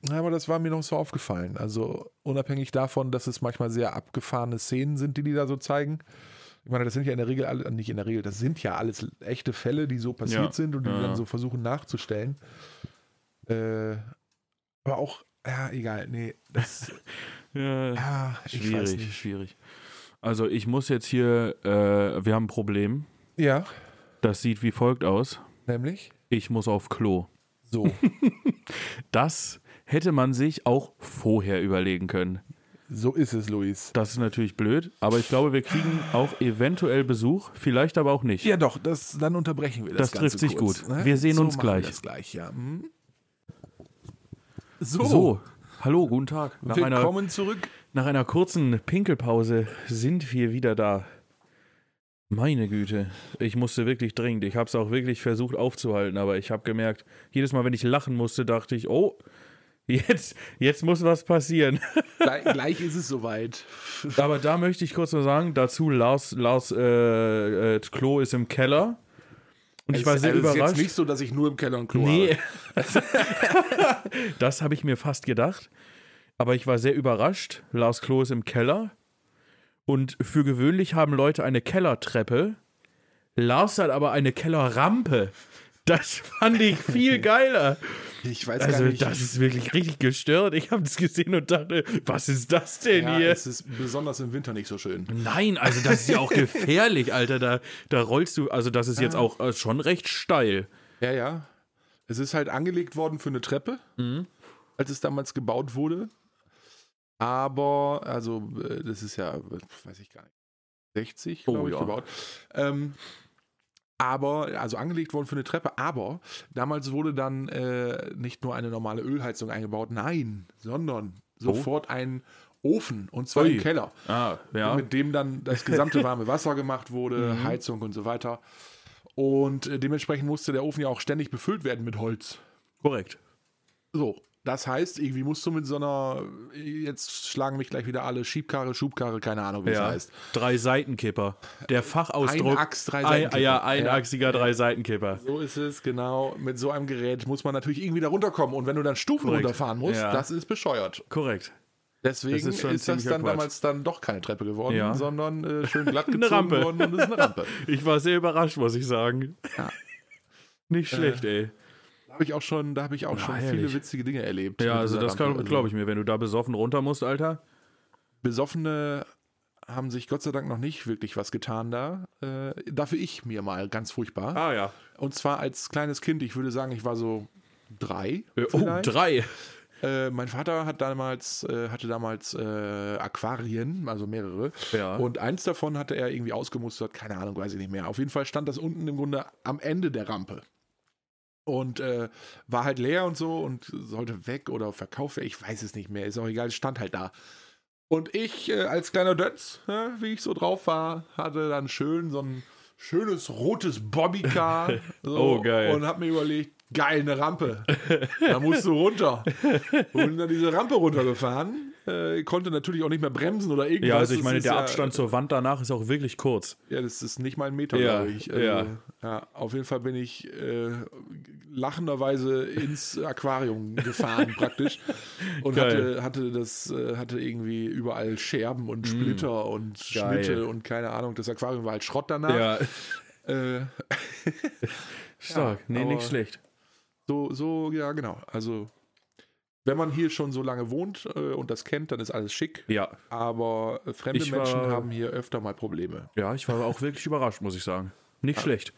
Speaker 2: Ja, aber das war mir noch so aufgefallen. Also unabhängig davon, dass es manchmal sehr abgefahrene Szenen sind, die die da so zeigen. Ich meine, das sind ja in der Regel, alle, nicht in der Regel, das sind ja alles echte Fälle, die so passiert
Speaker 1: Ja.
Speaker 2: sind und die
Speaker 1: Ja,
Speaker 2: dann
Speaker 1: ja.
Speaker 2: so versuchen nachzustellen. Äh, aber auch, ja, egal, nee,
Speaker 1: (laughs)
Speaker 2: das,
Speaker 1: Ja.
Speaker 2: ah, ich weiß
Speaker 1: Schwierig,
Speaker 2: nicht.
Speaker 1: schwierig. Also ich muss jetzt hier, äh, wir haben ein Problem.
Speaker 2: Ja,
Speaker 1: Das sieht wie folgt aus.
Speaker 2: nämlich
Speaker 1: Ich muss auf Klo. (laughs)
Speaker 2: so,
Speaker 1: Das hätte man sich auch vorher überlegen können.
Speaker 2: so ist es, Luis.
Speaker 1: Das ist natürlich blöd, aber ich glaube, wir kriegen auch eventuell Besuch, vielleicht aber auch nicht.
Speaker 2: Ja doch, das, dann unterbrechen wir das
Speaker 1: Das trifft
Speaker 2: Ganze
Speaker 1: sich
Speaker 2: kurz, ne?
Speaker 1: gut. Wir sehen
Speaker 2: so
Speaker 1: uns
Speaker 2: machen wir
Speaker 1: gleich.
Speaker 2: Das gleich ja. Hm. So,
Speaker 1: So, hallo, guten Tag. Nach einer,
Speaker 2: willkommen zurück.
Speaker 1: nach einer kurzen Pinkelpause sind wir wieder da. Meine Güte, ich musste wirklich dringend. Ich habe es auch wirklich versucht aufzuhalten, aber ich habe gemerkt, jedes Mal, wenn ich lachen musste, dachte ich, oh, jetzt, jetzt muss was passieren.
Speaker 2: Gleich, gleich ist es soweit.
Speaker 1: Aber da möchte ich kurz nur sagen, dazu Lars, Lars äh, äh, Klo ist im Keller. Und ich war sehr
Speaker 2: Also Es
Speaker 1: überrascht.
Speaker 2: ist jetzt nicht so, dass ich nur im Keller und Klo
Speaker 1: (laughs) nee.
Speaker 2: habe.
Speaker 1: das habe ich mir fast gedacht. Aber ich war sehr überrascht. Lars Klo ist im Keller. Und für gewöhnlich haben Leute eine Kellertreppe. Lars hat aber eine Kellerrampe. Das fand ich viel
Speaker 2: (laughs)
Speaker 1: geiler.
Speaker 2: Ich weiß
Speaker 1: Also,
Speaker 2: gar nicht.
Speaker 1: das ist wirklich richtig gestört. Ich habe das gesehen und dachte, was ist das denn
Speaker 2: ja,
Speaker 1: hier?
Speaker 2: es ist besonders im Winter nicht so schön.
Speaker 1: Nein, also das ist ja
Speaker 2: (laughs)
Speaker 1: auch gefährlich, Alter. Da, da rollst du, also das ist jetzt auch äh, schon recht steil.
Speaker 2: Ja, ja. Es ist halt angelegt worden für eine Treppe,
Speaker 1: Mhm.
Speaker 2: als es damals gebaut wurde. Aber, also, äh, das ist ja, äh, weiß ich gar nicht, 60,
Speaker 1: Oh,
Speaker 2: glaube ich,
Speaker 1: ja.
Speaker 2: gebaut. Ähm, aber, also angelegt worden für eine Treppe, aber damals wurde dann äh, nicht nur eine normale Ölheizung eingebaut, nein, sondern sofort ein Ofen und zwar
Speaker 1: Oh. Ui.
Speaker 2: im Keller.
Speaker 1: Ah, ja. Mhm.
Speaker 2: mit dem dann
Speaker 1: (laughs)
Speaker 2: das gesamte warme Wasser gemacht wurde, Heizung und so weiter. Und äh, dementsprechend musste der Ofen ja auch ständig befüllt werden mit Holz.
Speaker 1: korrekt.
Speaker 2: So, das heißt, irgendwie musst du mit so einer, jetzt schlagen mich gleich wieder alle, Schiebkarre, Schubkarre, keine Ahnung, wie es
Speaker 1: Ja.
Speaker 2: heißt.
Speaker 1: Drei Seitenkipper. Der Fachausdruck.
Speaker 2: Ein Axt, drei
Speaker 1: Ein-
Speaker 2: Seitenkipper.
Speaker 1: Ja, einachsiger
Speaker 2: Ja.
Speaker 1: drei Seitenkipper.
Speaker 2: So ist es, genau. Mit so einem Gerät muss man natürlich irgendwie da runterkommen. Und wenn du dann Stufen
Speaker 1: Korrekt.
Speaker 2: runterfahren musst,
Speaker 1: Ja.
Speaker 2: das ist bescheuert.
Speaker 1: Korrekt.
Speaker 2: Deswegen
Speaker 1: Das ist
Speaker 2: ist,
Speaker 1: schon
Speaker 2: das
Speaker 1: ziemlicher
Speaker 2: dann
Speaker 1: Quatsch.
Speaker 2: damals dann doch keine Treppe geworden,
Speaker 1: Ja.
Speaker 2: sondern äh,
Speaker 1: (laughs)
Speaker 2: schön glatt
Speaker 1: Eine
Speaker 2: gezogen
Speaker 1: Rampe.
Speaker 2: worden und ist
Speaker 1: (laughs)
Speaker 2: eine Rampe.
Speaker 1: Ich war sehr überrascht, muss ich sagen.
Speaker 2: Ja.
Speaker 1: (laughs) Nicht schlecht, ey.
Speaker 2: Da habe ich auch schon, da habe ich auch schon viele
Speaker 1: herrlich.
Speaker 2: witzige Dinge erlebt.
Speaker 1: Ja,
Speaker 2: mit
Speaker 1: also
Speaker 2: dieser
Speaker 1: das
Speaker 2: Rampe.
Speaker 1: glaube glaub ich mir. Wenn du da besoffen runter musst, Alter.
Speaker 2: Besoffene haben sich Gott sei Dank noch nicht wirklich was getan da. Äh, dafür ich mir mal ganz furchtbar.
Speaker 1: Ah ja.
Speaker 2: Und zwar als kleines Kind, ich würde sagen, ich war so drei.
Speaker 1: Äh, Oh,
Speaker 2: vielleicht.
Speaker 1: drei.
Speaker 2: Äh, mein Vater hat damals, äh, hatte damals äh, Aquarien, also mehrere.
Speaker 1: Ja.
Speaker 2: Und eins davon hatte er irgendwie ausgemustert, keine Ahnung, weiß ich nicht mehr. Auf jeden Fall stand das unten im Grunde am Ende der Rampe. Und äh, war halt leer und so und sollte weg oder verkauft werden. Ich weiß es nicht mehr, ist auch egal, es stand halt da. Und ich äh, als kleiner Dötz, ne, wie ich so drauf war, hatte dann schön so ein schönes rotes
Speaker 1: (laughs)
Speaker 2: Bobbycar. So,
Speaker 1: Oh, geil.
Speaker 2: Und hab mir überlegt, geil, eine Rampe. Da musst du runter. Und dann diese Rampe runtergefahren. Äh, konnte natürlich auch nicht mehr bremsen oder irgendwas.
Speaker 1: Ja, also ich
Speaker 2: Das
Speaker 1: meine,
Speaker 2: ist
Speaker 1: der
Speaker 2: ja-
Speaker 1: Abstand zur Wand danach ist auch wirklich kurz.
Speaker 2: Ja, das ist nicht mal ein Meter,
Speaker 1: Ja,
Speaker 2: glaube ich. Also,
Speaker 1: ja.
Speaker 2: ja. Auf jeden Fall bin ich äh, lachenderweise ins
Speaker 1: (laughs)
Speaker 2: Aquarium gefahren praktisch. Und
Speaker 1: Geil. Mm.
Speaker 2: hatte, hatte das, äh, hatte irgendwie überall Scherben und Splitter und
Speaker 1: Geil.
Speaker 2: Schnitte und keine Ahnung. Das Aquarium war halt Schrott danach.
Speaker 1: Ja,
Speaker 2: Äh,
Speaker 1: stark. nee,
Speaker 2: aber-
Speaker 1: nicht schlecht.
Speaker 2: So, so, ja, genau. Also, wenn man hier schon so lange wohnt äh, und das kennt, dann ist alles schick.
Speaker 1: Ja.
Speaker 2: Aber äh, fremde
Speaker 1: Ich war-
Speaker 2: Menschen haben hier öfter mal Probleme.
Speaker 1: Ja, ich war auch wirklich überrascht, muss ich sagen. Nicht schlecht.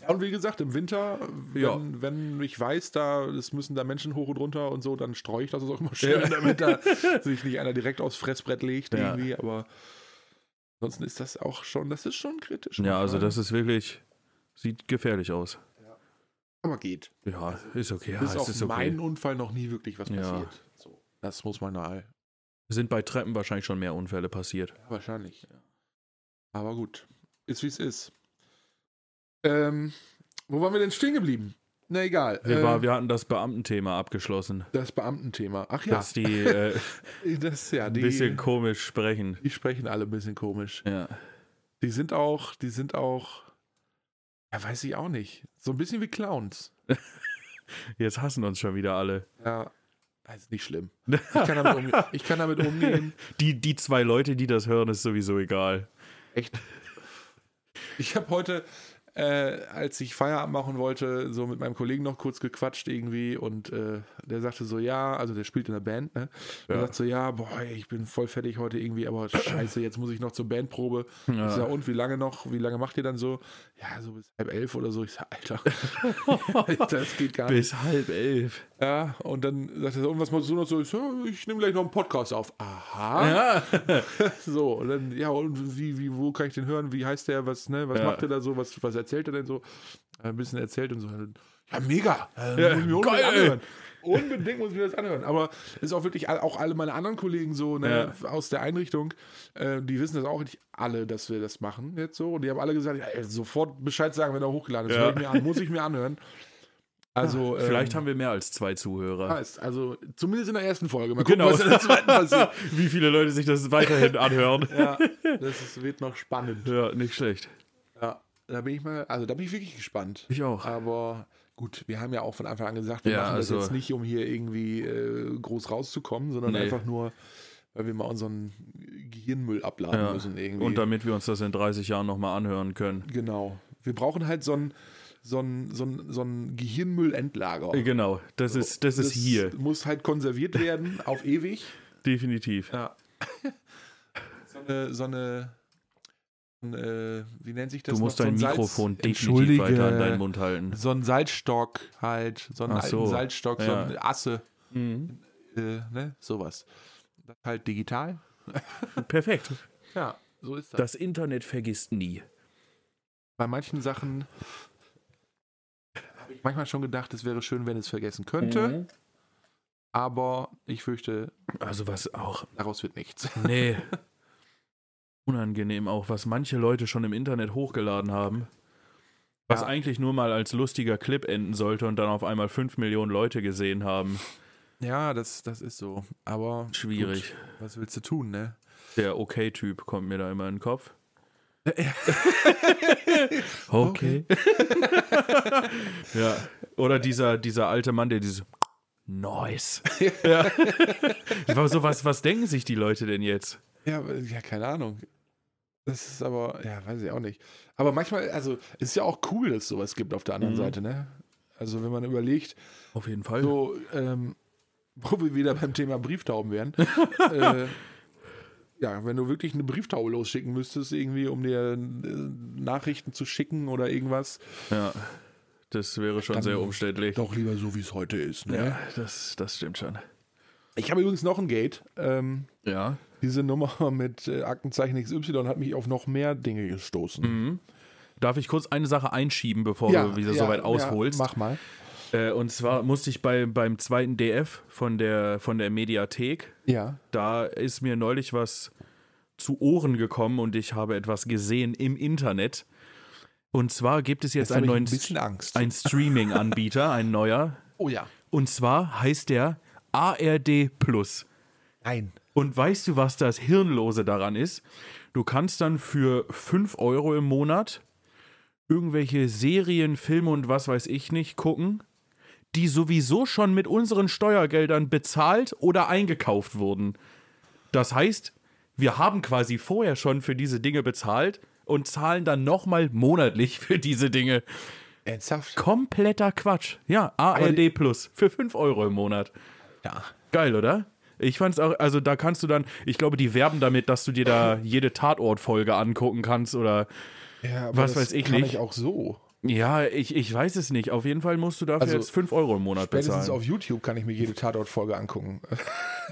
Speaker 2: Ja, Und wie gesagt, im Winter, wenn,
Speaker 1: Ja.
Speaker 2: wenn ich weiß, da es müssen da Menschen hoch und runter und so, dann streue ich das
Speaker 1: (laughs)
Speaker 2: auch immer schön, damit da sich nicht einer direkt aufs Fressbrett legt
Speaker 1: Ja.
Speaker 2: irgendwie. Aber ansonsten ist das auch schon, das ist schon kritisch.
Speaker 1: Ja, also das ist wirklich, sieht gefährlich aus.
Speaker 2: aber geht.
Speaker 1: Ja, ist okay. Ja,
Speaker 2: Bis
Speaker 1: es
Speaker 2: auf
Speaker 1: ist okay.
Speaker 2: meinen Unfall noch nie wirklich was
Speaker 1: Ja.
Speaker 2: passiert. So, das muss man nahe.
Speaker 1: Sind bei Treppen wahrscheinlich schon mehr Unfälle passiert.
Speaker 2: Ja, wahrscheinlich. Aber gut, ist wie es ist. Ähm, wo waren wir denn stehen geblieben? Na egal.
Speaker 1: Wir,
Speaker 2: Äh,
Speaker 1: war, wir hatten das Beamtenthema abgeschlossen.
Speaker 2: das Beamtenthema. Ach ja,
Speaker 1: Dass die äh, (laughs)
Speaker 2: das ja
Speaker 1: ein
Speaker 2: die.
Speaker 1: bisschen komisch sprechen.
Speaker 2: Die sprechen alle ein bisschen komisch.
Speaker 1: Ja.
Speaker 2: Die sind auch, die sind auch, ja, weiß ich auch nicht. So ein bisschen wie Clowns.
Speaker 1: Jetzt hassen uns schon wieder alle. (laughs)
Speaker 2: Ja. Also nicht schlimm. Ich kann damit, umge ich kann damit umgehen.
Speaker 1: Die, die zwei Leute, die das hören, ist sowieso egal.
Speaker 2: Echt. (laughs) Ich habe heute, äh, als ich Feierabend machen wollte, so mit meinem Kollegen noch kurz gequatscht irgendwie und äh, der sagte so, ja, also der spielt in der Band, ne? Der
Speaker 1: Ja.
Speaker 2: sagt so, ja, boah, ich bin voll fertig heute irgendwie,
Speaker 1: (coughs)
Speaker 2: aber scheiße, jetzt muss ich noch zur Bandprobe. Ich sag, und wie lange noch? Wie lange macht ihr dann so? Ja, so bis halb elf oder so. Ich sag,
Speaker 1: (laughs)
Speaker 2: Alter, das geht gar nicht.
Speaker 1: Bis halb elf.
Speaker 2: Ja, und dann sagt er so, und was machst du noch so? Ich, sag, ja, ich nehme gleich noch einen Podcast auf. Aha.
Speaker 1: (laughs) Ja.
Speaker 2: So, und dann, ja, und wie, wie, wo kann ich den hören? Wie heißt der? Was, ne, was
Speaker 1: Ja.
Speaker 2: macht der da so? Was, was erzählt er denn so? Ein bisschen erzählt und so. Ja, mega. Äh,
Speaker 1: Ja,
Speaker 2: muss ich mir unbedingt
Speaker 1: geil.
Speaker 2: anhören. Unbedingt muss ich mir das anhören. Aber ist auch wirklich all, auch alle meine anderen Kollegen so ne, aus der Einrichtung, äh, die wissen das auch nicht alle, dass wir das machen jetzt so. Und die haben alle gesagt, ja, ey, sofort Bescheid sagen, wenn er hochgeladen ist.
Speaker 1: Ja.
Speaker 2: Hör ich mir an, muss ich mir anhören. Also,
Speaker 1: Vielleicht
Speaker 2: ähm,
Speaker 1: haben wir mehr als zwei Zuhörer.
Speaker 2: heißt, also zumindest in der ersten Folge. Mal gucken,
Speaker 1: Genau.
Speaker 2: was in der
Speaker 1: (laughs)
Speaker 2: zweiten passiert.
Speaker 1: Wie viele Leute sich das weiterhin anhören.
Speaker 2: Ja, das ist, wird noch spannend.
Speaker 1: Ja, nicht schlecht.
Speaker 2: Ja, da bin ich mal, also da bin ich wirklich gespannt.
Speaker 1: Ich auch.
Speaker 2: Aber gut, wir haben ja auch von Anfang an gesagt, wir
Speaker 1: Ja,
Speaker 2: machen das
Speaker 1: also-
Speaker 2: jetzt nicht, um hier irgendwie äh, groß rauszukommen, sondern
Speaker 1: Nee.
Speaker 2: einfach nur, weil wir mal unseren Gehirnmüll abladen
Speaker 1: Ja.
Speaker 2: müssen irgendwie.
Speaker 1: Und damit wir uns das in 30 Jahren nochmal anhören können.
Speaker 2: genau. Wir brauchen halt so ein so ein, so ein, so ein Gehirnmüllendlager.
Speaker 1: Genau, das ist, das ist hier,
Speaker 2: muss halt
Speaker 1: (laughs)
Speaker 2: konserviert werden, auf ewig.
Speaker 1: definitiv.
Speaker 2: Ja. so eine, so eine so ein, äh, wie nennt sich das?
Speaker 1: Du musst
Speaker 2: noch?
Speaker 1: dein
Speaker 2: so ein
Speaker 1: Mikrofon
Speaker 2: Salz,
Speaker 1: definitiv weiter in
Speaker 2: Entschuldige.
Speaker 1: deinen Mund halten.
Speaker 2: so einen Salzstock halt, so einen
Speaker 1: Ach
Speaker 2: alten
Speaker 1: so,
Speaker 2: Salzstock, so
Speaker 1: ja.
Speaker 2: eine Asse, äh, ne, sowas. Das halt digital.
Speaker 1: Perfekt.
Speaker 2: Ja, so ist
Speaker 1: Das Internet vergisst nie.
Speaker 2: Bei manchen Sachen habe ich manchmal schon gedacht, es wäre schön, wenn es vergessen könnte, aber ich fürchte,
Speaker 1: Also was auch,
Speaker 2: daraus wird nichts.
Speaker 1: nee. Unangenehm auch, was manche Leute schon im Internet hochgeladen haben. Was
Speaker 2: Ja.
Speaker 1: eigentlich nur mal als lustiger Clip enden sollte und dann auf einmal 5 Millionen Leute gesehen haben.
Speaker 2: (laughs) Ja, das, das ist so. Aber
Speaker 1: Schwierig.
Speaker 2: Gut, was willst du tun, ne?
Speaker 1: Der Okay-Typ kommt mir da immer in den
Speaker 2: (laughs)
Speaker 1: Kopf. okay. (laughs) ja. Oder dieser, dieser alte Mann, der dieses
Speaker 2: (laughs)
Speaker 1: Nice. ja. Aber so was, was denken sich die Leute denn jetzt?
Speaker 2: Ja, aber- ja, keine Ahnung. Das ist aber, ja, weiß ich auch nicht. Aber manchmal, also, es ist ja auch cool, dass es sowas gibt auf der anderen
Speaker 1: Mhm.
Speaker 2: Seite, ne? Also, wenn man überlegt,
Speaker 1: Auf jeden Fall.
Speaker 2: so, ähm, (laughs) wo wir wieder beim Thema
Speaker 1: (laughs)
Speaker 2: Brieftauben wären. äh, ja, wenn du wirklich eine Brieftaube losschicken müsstest, irgendwie, um dir äh, Nachrichten zu schicken oder irgendwas.
Speaker 1: Ja. Das wäre schon
Speaker 2: Dann-
Speaker 1: sehr umständlich.
Speaker 2: Doch lieber so, wie es heute ist, ne?
Speaker 1: Ja, das, das stimmt schon.
Speaker 2: Ich habe übrigens noch ein Gate. Ähm,
Speaker 1: Ja.
Speaker 2: diese Nummer (laughs) mit äh, Aktenzeichen XY hat mich auf noch mehr Dinge gestoßen.
Speaker 1: Darf ich kurz eine Sache einschieben, bevor Mhm. du wieder so weit ausholst?
Speaker 2: Ja, mach mal.
Speaker 1: Äh, und zwar musste ich bei, beim zweiten DF von der, von der Mediathek,
Speaker 2: Ja.
Speaker 1: da ist mir neulich was zu Ohren gekommen und ich habe etwas gesehen im Internet. Und zwar gibt es jetzt
Speaker 2: Jetzt habe
Speaker 1: einen
Speaker 2: ich
Speaker 1: neuen
Speaker 2: ein bisschen Angst.
Speaker 1: ein Streaming-Anbieter, ein neuer.
Speaker 2: oh ja.
Speaker 1: Und zwar heißt der ARD Plus.
Speaker 2: Nein.
Speaker 1: Und weißt du, was das Hirnlose daran ist? Du kannst dann für 5 Euro im Monat irgendwelche Serien, Filme und was weiß ich nicht gucken, die sowieso schon mit unseren Steuergeldern bezahlt oder eingekauft wurden. Das heißt, wir haben quasi vorher schon für diese Dinge bezahlt und zahlen dann nochmal monatlich für diese Dinge.
Speaker 2: Ernsthaft?
Speaker 1: Kompletter Quatsch. Ja, ARD Plus für 5 Euro im Monat.
Speaker 2: Ja.
Speaker 1: Geil, oder? Ich fand's auch, also da kannst du dann, ich glaube, die werben damit, dass du dir da jede Tatortfolge angucken kannst oder
Speaker 2: ja aber
Speaker 1: Was
Speaker 2: das
Speaker 1: weiß ich
Speaker 2: kann
Speaker 1: nicht.
Speaker 2: ich auch so.
Speaker 1: ja, ich, ich weiß es nicht. Auf jeden Fall musst du dafür
Speaker 2: Also,
Speaker 1: jetzt 5 Euro im Monat
Speaker 2: Spätestens
Speaker 1: bezahlen.
Speaker 2: auf YouTube kann ich mir jede Tatort-Folge angucken. (laughs)